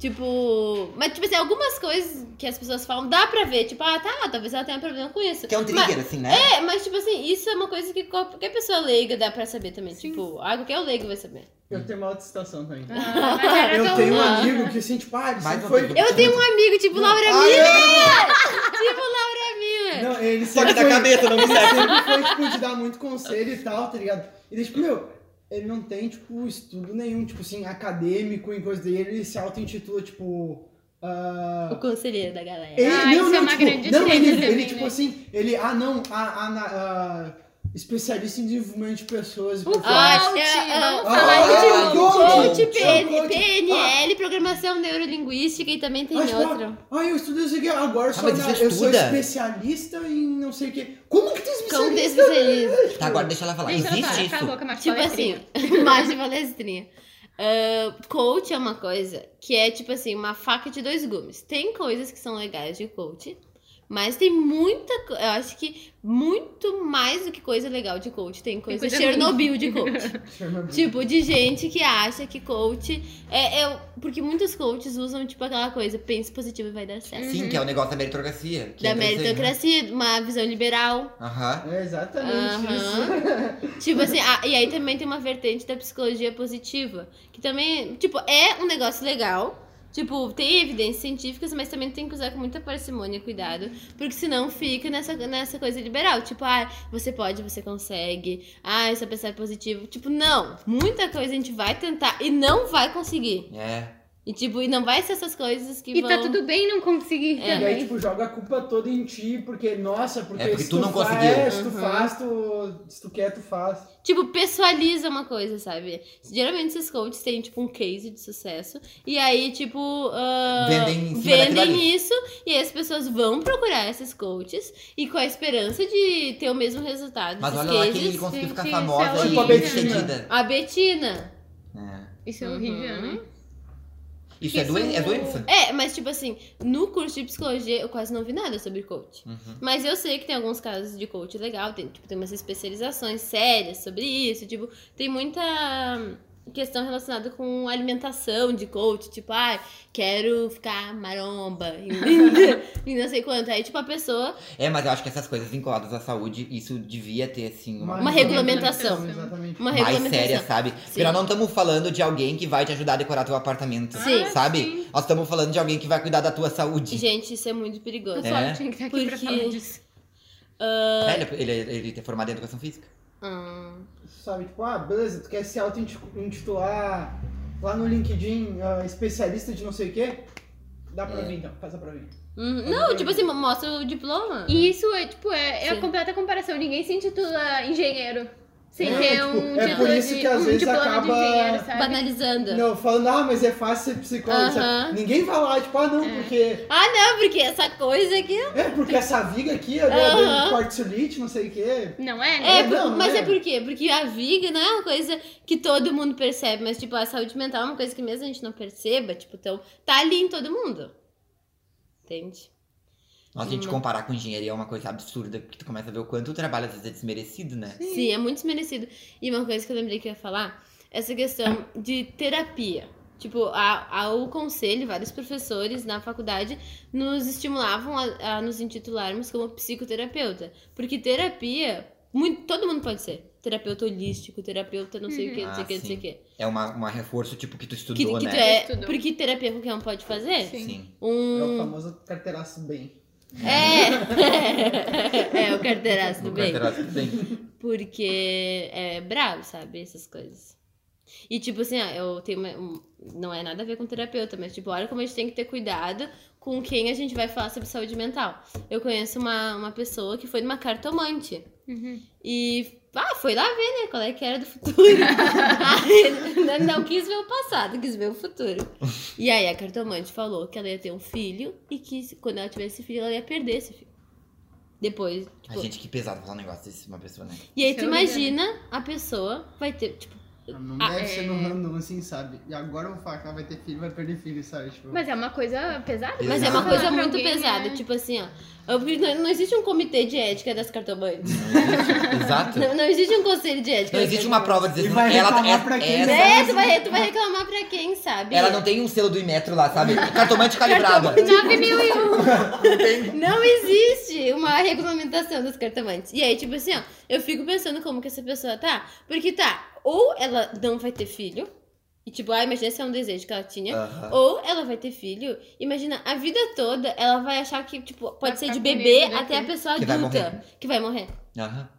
Speaker 4: Tipo. Mas, tipo assim, algumas coisas que as pessoas falam, dá pra ver. Tipo, ah, tá, talvez ela tenha problema com isso.
Speaker 2: Que é um
Speaker 4: Mas-
Speaker 2: trigger, assim, né?
Speaker 4: é, mas, tipo assim, isso é uma coisa que qualquer pessoa leiga dá pra saber também. Tipo, ah, qualquer leigo vai saber.
Speaker 5: Eu tenho uma outra situação também.
Speaker 6: Ah, mas era
Speaker 5: Eu
Speaker 6: tão
Speaker 5: tenho um
Speaker 6: bom.
Speaker 5: amigo que assim, tipo, ah, ele
Speaker 2: Mais
Speaker 5: sempre
Speaker 2: um
Speaker 5: foi...
Speaker 2: amigo.
Speaker 4: Eu tenho um amigo, tipo Laura
Speaker 2: Ah,
Speaker 4: Miller!
Speaker 2: é.
Speaker 4: Tipo Laura Miller!
Speaker 5: Não, ele
Speaker 2: Só que
Speaker 5: sempre
Speaker 2: da
Speaker 5: foi...
Speaker 2: cabeça, não me
Speaker 5: Ele
Speaker 2: serve.
Speaker 5: sempre foi, tipo, de dar muito conselho e tal, tá ligado? E daí, tipo, meu, ele não tem, tipo, estudo nenhum, tipo, assim, acadêmico em coisa dele, ele se auto-intitula, tipo... ah,
Speaker 4: O conselheiro da galera.
Speaker 5: ele,
Speaker 6: Ah,
Speaker 5: não,
Speaker 6: isso
Speaker 5: não,
Speaker 6: é uma
Speaker 5: tipo,
Speaker 6: grande
Speaker 5: não, ele,
Speaker 6: treta
Speaker 5: ele,
Speaker 6: também,
Speaker 5: tipo
Speaker 6: né?
Speaker 5: assim, ele, ah, não, a, a, na- a- especialista em desenvolvimento de pessoas. e
Speaker 6: O
Speaker 5: pessoas.
Speaker 4: Ah,
Speaker 6: coach,
Speaker 4: é,
Speaker 6: vamos
Speaker 5: ah,
Speaker 6: falar de
Speaker 2: ah,
Speaker 6: novo.
Speaker 5: coach.
Speaker 4: Coach,
Speaker 5: Coach,
Speaker 4: PN,
Speaker 5: coach.
Speaker 4: PNL, programação neurolinguística e também tem
Speaker 5: Ah, tipo,
Speaker 4: outro.
Speaker 5: Ah, eu estudo isso aqui, agora eu sou,
Speaker 2: Ah, mas
Speaker 5: na-
Speaker 2: você
Speaker 5: eu sou
Speaker 2: estuda?
Speaker 5: especialista em não sei o quê. Como que tu é
Speaker 4: Como tem
Speaker 5: especialista?
Speaker 4: especialista?
Speaker 2: Tá, agora deixa ela falar.
Speaker 6: Deixa ela falar,
Speaker 2: Existe isso.
Speaker 6: acabou com a Marta
Speaker 4: Tipo
Speaker 6: Palestrinha.
Speaker 4: assim, mais de palestrinha. Ah, coach é uma coisa que é tipo assim, uma faca de dois gumes. Tem coisas que são legais de coach, mas tem muita. co- Eu acho que muito mais do que coisa legal de coach. Tem coisa
Speaker 6: coisa
Speaker 4: Chernobyl de coach. Tipo, de gente que acha que coach é, é- Porque muitos coaches usam, tipo, aquela coisa, pense positivo e vai dar certo.
Speaker 2: Sim, que é o negócio da meritocracia. que
Speaker 4: Uhum. Da
Speaker 2: entra isso aí, né?
Speaker 4: meritocracia, uma visão liberal.
Speaker 2: Aham.
Speaker 5: É exatamente
Speaker 4: Aham.
Speaker 5: isso.
Speaker 4: Tipo assim, a- e aí também tem uma vertente da psicologia positiva, que também, tipo, é um negócio legal. Tipo, tem evidências científicas, mas também tem que usar com muita parcimônia e cuidado, porque senão fica nessa, nessa coisa liberal. Tipo, ah, você pode, você consegue, ah, isso é pensar positivo. Tipo, não, muita coisa a gente vai tentar e não vai conseguir.
Speaker 2: É.
Speaker 4: E tipo, e não vai ser essas coisas que
Speaker 6: E
Speaker 4: vão...
Speaker 6: tá tudo bem não conseguir
Speaker 4: É.
Speaker 5: E aí,
Speaker 6: também.
Speaker 5: tipo, joga a culpa toda em ti, porque, nossa, porque,
Speaker 2: É, porque
Speaker 5: se
Speaker 2: tu não
Speaker 5: fa-
Speaker 2: conseguiu.
Speaker 5: É, se tu
Speaker 4: Uhum.
Speaker 5: faz, tu, se tu quer, tu faz.
Speaker 4: Tipo, pessoaliza uma coisa, sabe? Geralmente esses coaches têm, tipo, um case de sucesso. E aí, tipo. ah,
Speaker 2: Vendem em cima daquilo ali.
Speaker 4: vendem isso. E aí as pessoas vão procurar esses coaches. E com a esperança de ter o mesmo resultado.
Speaker 2: Mas
Speaker 4: desses
Speaker 2: olha lá
Speaker 4: cases.
Speaker 2: quem ele conseguiu ficar
Speaker 6: sim,
Speaker 2: famosa
Speaker 6: sim,
Speaker 2: e
Speaker 5: sim.
Speaker 2: bem-sucedida.
Speaker 4: A Betina.
Speaker 2: É.
Speaker 6: Isso é horrível,
Speaker 4: Uhum.
Speaker 6: né?
Speaker 2: Isso é,
Speaker 3: Isso-
Speaker 2: doen- é doença?
Speaker 4: É, mas tipo assim, no curso de psicologia eu quase não vi nada sobre coach.
Speaker 2: Uhum.
Speaker 4: Mas eu sei que tem alguns casos de coach legal, tem, tipo, tem umas especializações sérias sobre isso, tipo, tem muita questão relacionada com alimentação de coach, tipo, ah, quero ficar maromba e não sei quanto. Aí, tipo, a pessoa,
Speaker 2: É, mas eu acho que essas coisas vinculadas à saúde, isso devia ter, assim, uma,
Speaker 4: Uma regulamentação.
Speaker 5: Exatamente.
Speaker 4: uma
Speaker 2: mais
Speaker 4: regulamentação.
Speaker 2: séria, sabe? Porque nós não estamos falando de alguém que vai te ajudar a decorar teu apartamento,
Speaker 3: Ah,
Speaker 4: Sim.
Speaker 2: sabe? Nós estamos falando de alguém que vai cuidar da tua saúde.
Speaker 4: Gente, isso é muito perigoso.
Speaker 6: Eu
Speaker 2: É.
Speaker 6: só tinha que
Speaker 3: tá
Speaker 6: estar aqui pra
Speaker 4: Porque-
Speaker 6: falar disso.
Speaker 2: É, Ele, ele, ele é formado em educação física.
Speaker 4: Ah.
Speaker 5: Sabe, tipo, ah, beleza, tu quer se auto-intitular lá no LinkedIn ah, especialista de não sei o quê? Dá pra
Speaker 2: É.
Speaker 5: vir então, passa pra mim.
Speaker 4: Hum, Não, tipo assim, mostra o diploma.
Speaker 3: E isso é, tipo, é, é
Speaker 4: Sim.
Speaker 3: a completa comparação. Ninguém se intitula engenheiro. Sem
Speaker 5: É,
Speaker 3: ter
Speaker 5: tipo,
Speaker 3: um
Speaker 5: é
Speaker 3: título
Speaker 5: por isso
Speaker 3: de,
Speaker 5: que às
Speaker 3: um
Speaker 5: vezes
Speaker 3: diploma de
Speaker 5: acaba-
Speaker 3: engenheiro, sabe?
Speaker 4: Banalizando.
Speaker 5: Não, falando, ah, mas é fácil ser psicólogo.
Speaker 4: Aham.
Speaker 5: sabe? Ninguém vai lá, tipo, ah, não, porque.
Speaker 4: Ah, não, porque essa coisa aqui.
Speaker 5: É, porque essa viga aqui é
Speaker 4: Aham.
Speaker 5: do quartzolite, não sei o quê.
Speaker 3: Não é?
Speaker 4: É,
Speaker 5: É, não,
Speaker 4: por- mas
Speaker 5: né?
Speaker 4: é por quê? Porque a viga não é uma coisa que todo mundo percebe, mas, tipo, a saúde mental é uma coisa que mesmo a gente não perceba, tipo, então, tá ali em todo mundo. Entende?
Speaker 2: Nossa, a gente comparar com engenharia é uma coisa absurda, porque tu começa a ver o quanto o trabalho às vezes é desmerecido, né?
Speaker 4: Sim, é muito desmerecido. E uma coisa que eu lembrei que eu ia falar, essa questão de terapia. Tipo, a, a- o conselho, vários professores na faculdade nos estimulavam a, a nos intitularmos como psicoterapeuta. Porque terapia, muito, todo mundo pode ser. Terapeuta holístico, terapeuta não sei o que, não sei o
Speaker 2: Ah,
Speaker 4: que, não sei
Speaker 2: sim.
Speaker 4: o que.
Speaker 2: É uma, um reforço, tipo, que tu
Speaker 4: Que,
Speaker 2: estudou,
Speaker 4: que
Speaker 2: né?
Speaker 4: tu é,
Speaker 3: Estudou.
Speaker 4: porque terapia qualquer um pode fazer?
Speaker 3: Sim.
Speaker 2: Sim. Uhum.
Speaker 5: É o
Speaker 4: Um.
Speaker 5: famoso carteiraço bem.
Speaker 4: É! é, o carteiraço do
Speaker 2: No
Speaker 4: bem.
Speaker 2: carteiraço que tem.
Speaker 4: Porque é brabo, sabe? Essas coisas. E tipo assim, ah, eu tenho uma, um- não é nada a ver com terapeuta, mas tipo, olha como a gente tem que ter cuidado com quem a gente vai falar sobre saúde mental. Eu conheço uma, uma pessoa que foi numa cartomante.
Speaker 3: Uhum.
Speaker 4: E ah, foi lá ver, né? Qual é que era do futuro. Aí, não, não quis ver o passado, quis ver o futuro. E aí a cartomante falou que ela ia ter um filho e que se- quando ela tivesse filho, ela ia perder esse filho. Depois,
Speaker 2: Ai,
Speaker 4: tipo,
Speaker 2: gente, que pesado falar um negócio desse, uma pessoa, né?
Speaker 4: e aí
Speaker 3: Isso
Speaker 4: tu
Speaker 3: é horrível,
Speaker 4: imagina a pessoa vai ter, tipo,
Speaker 5: Não
Speaker 4: Ah,
Speaker 5: deve ser no
Speaker 3: é.
Speaker 5: random, assim, sabe? E agora eu vou falar que ela vai ter filho, vai perder filho, sabe? Tipo,
Speaker 3: Mas é uma coisa pesada.
Speaker 4: mas é
Speaker 2: Exato.
Speaker 4: uma
Speaker 3: Falar
Speaker 4: coisa
Speaker 3: pra
Speaker 4: muito
Speaker 3: alguém,
Speaker 4: pesada,
Speaker 3: né?
Speaker 4: tipo assim, ó. Eu- porque Não, não existe um comitê de ética das cartomantes.
Speaker 2: Exato.
Speaker 4: Não, não existe um conselho de ética.
Speaker 2: Não
Speaker 4: das
Speaker 2: existe uma
Speaker 4: cartomantes.
Speaker 2: prova de
Speaker 5: E vai
Speaker 2: ela,
Speaker 5: reclamar
Speaker 2: é-
Speaker 5: pra quem,
Speaker 2: essa-
Speaker 4: É, tu vai, tu vai reclamar pra quem, sabe?
Speaker 2: ela não tem um selo do Imetro lá, sabe? Cartomante calibrada.
Speaker 4: 9001. Não existe uma regulamentação dos cartomantes. E aí, tipo assim, ó, eu fico pensando como que essa pessoa tá. Porque tá, ou ela não vai ter filho, e tipo, ah, imagina se é um desejo que ela tinha.
Speaker 2: Aham.
Speaker 4: Ou ela vai ter filho, imagina, a vida toda ela vai achar que, tipo, pode
Speaker 3: Vai
Speaker 4: ser
Speaker 3: ficar
Speaker 4: de
Speaker 3: com medo né,
Speaker 4: bebê
Speaker 3: daqui.
Speaker 4: até a pessoa
Speaker 2: Que vai
Speaker 4: adulta que vai morrer.
Speaker 2: Aham.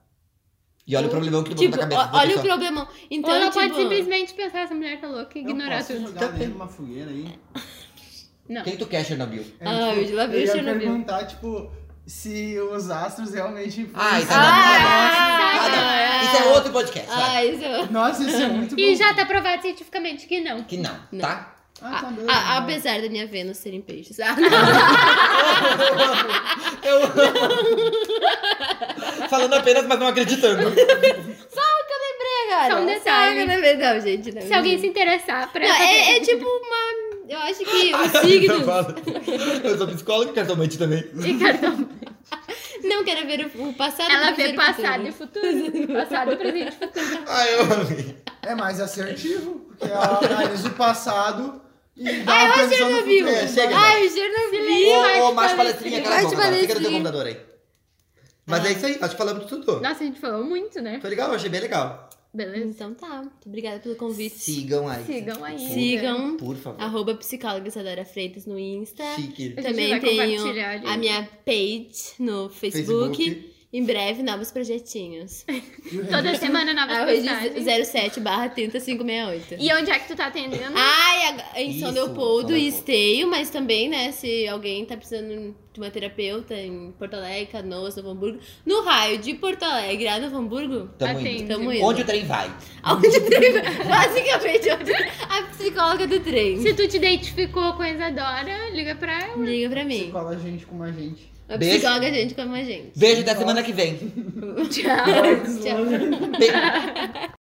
Speaker 2: E olha o problemão que tu botou assim,
Speaker 4: Tipo,
Speaker 2: na cabeça
Speaker 4: ó-
Speaker 2: da
Speaker 4: olha o
Speaker 2: pessoa.
Speaker 4: problemão. Então,
Speaker 3: Ou ela
Speaker 4: tipo,
Speaker 3: pode simplesmente pensar, essa mulher tá louca e
Speaker 5: eu
Speaker 3: ignorar
Speaker 5: posso
Speaker 3: tudo.
Speaker 5: jogar dentro de uma fogueira aí?
Speaker 3: Não.
Speaker 2: Quem tu quer, Chernobyl?
Speaker 5: É,
Speaker 4: Ah, eu já vi
Speaker 5: eu ia
Speaker 4: Chernobyl.
Speaker 5: perguntar, tipo, se os astros realmente...
Speaker 2: Ai, tá
Speaker 5: influenciam-
Speaker 2: Ah,
Speaker 4: Ah,
Speaker 2: não. Isso é outro podcast, sabe?
Speaker 4: Ah, isso é-
Speaker 5: Nossa, isso é muito bom.
Speaker 3: E já tá provado cientificamente que não.
Speaker 2: Que não,
Speaker 4: Não.
Speaker 2: tá?
Speaker 5: Ah, tá
Speaker 4: a-
Speaker 5: beleza,
Speaker 4: a-
Speaker 5: não.
Speaker 4: apesar da minha Vênus ser em peixes. Ah, não.
Speaker 2: Falando apenas, mas não acreditando.
Speaker 4: Cara,
Speaker 3: Só um detalhe.
Speaker 4: saca, né? Não, gente, não.
Speaker 3: Se alguém se interessar pra.
Speaker 4: Não, é, é tipo uma... Eu acho que o signo...
Speaker 2: Eu sou psicóloga e cartomante também.
Speaker 3: E cartão.
Speaker 4: Não, quero ver o, o passado.
Speaker 3: Ela
Speaker 4: quero ver
Speaker 3: vê
Speaker 4: o
Speaker 3: passado e
Speaker 4: futuro.
Speaker 3: futuro. Passado, presente e futuro.
Speaker 2: Ah, eu amei.
Speaker 5: É mais assertivo, porque é ela analisa o passado e dá uma
Speaker 4: Ai, o
Speaker 5: previsão no
Speaker 4: Chernobyl.
Speaker 5: futuro.
Speaker 2: É, chega.
Speaker 4: Ai, o Chernobyl.
Speaker 2: Ô, ô,
Speaker 4: Marte
Speaker 2: macho palestrinha, cala a
Speaker 4: Marte
Speaker 2: boca, agora. fica no teu
Speaker 4: palestrinha.
Speaker 2: computador aí. Mas é isso aí, acho que falamos de tudo.
Speaker 3: Nossa, a gente falou muito, né?
Speaker 2: Foi legal, achei bem legal.
Speaker 3: Beleza?
Speaker 4: Então tá. Muito obrigada pelo convite.
Speaker 2: Sigam aí.
Speaker 3: Sigam aí.
Speaker 4: Sigam.
Speaker 2: Por favor.
Speaker 4: Arroba psicóloga Isadora Freitas no Insta.
Speaker 2: Chique.
Speaker 3: A gente
Speaker 4: Também
Speaker 3: vai
Speaker 4: tenho
Speaker 3: compartilhar, gente.
Speaker 4: a minha page no Facebook. Em breve, novos projetinhos.
Speaker 3: Toda semana
Speaker 4: Ah,
Speaker 3: novas postagens.
Speaker 4: 07 barra 3568.
Speaker 3: E onde é que tu tá atendendo?
Speaker 2: Ah,
Speaker 4: Ai, ag- em São
Speaker 2: Isso,
Speaker 4: Leopoldo
Speaker 2: São Leopoldo.
Speaker 4: e Esteio, mas também, né, se alguém tá precisando de uma terapeuta em Porto Alegre, Canoas, Novo Hamburgo, no raio de Porto Alegre a Novo Hamburgo,
Speaker 2: Tamo
Speaker 3: Atende.
Speaker 2: indo.
Speaker 4: tamo indo.
Speaker 2: Onde o trem vai?
Speaker 4: Aonde o trem vai? Basicamente, onde... a psicóloga do trem.
Speaker 3: Se tu te identificou com a Isadora, liga pra ela.
Speaker 4: Liga pra mim.
Speaker 5: Cola a gente com a gente.
Speaker 4: A
Speaker 2: Beijo.
Speaker 4: psicóloga, gente, como a gente.
Speaker 2: Beijo até semana que vem.
Speaker 3: Tchau.
Speaker 4: Tchau.
Speaker 2: Beijo.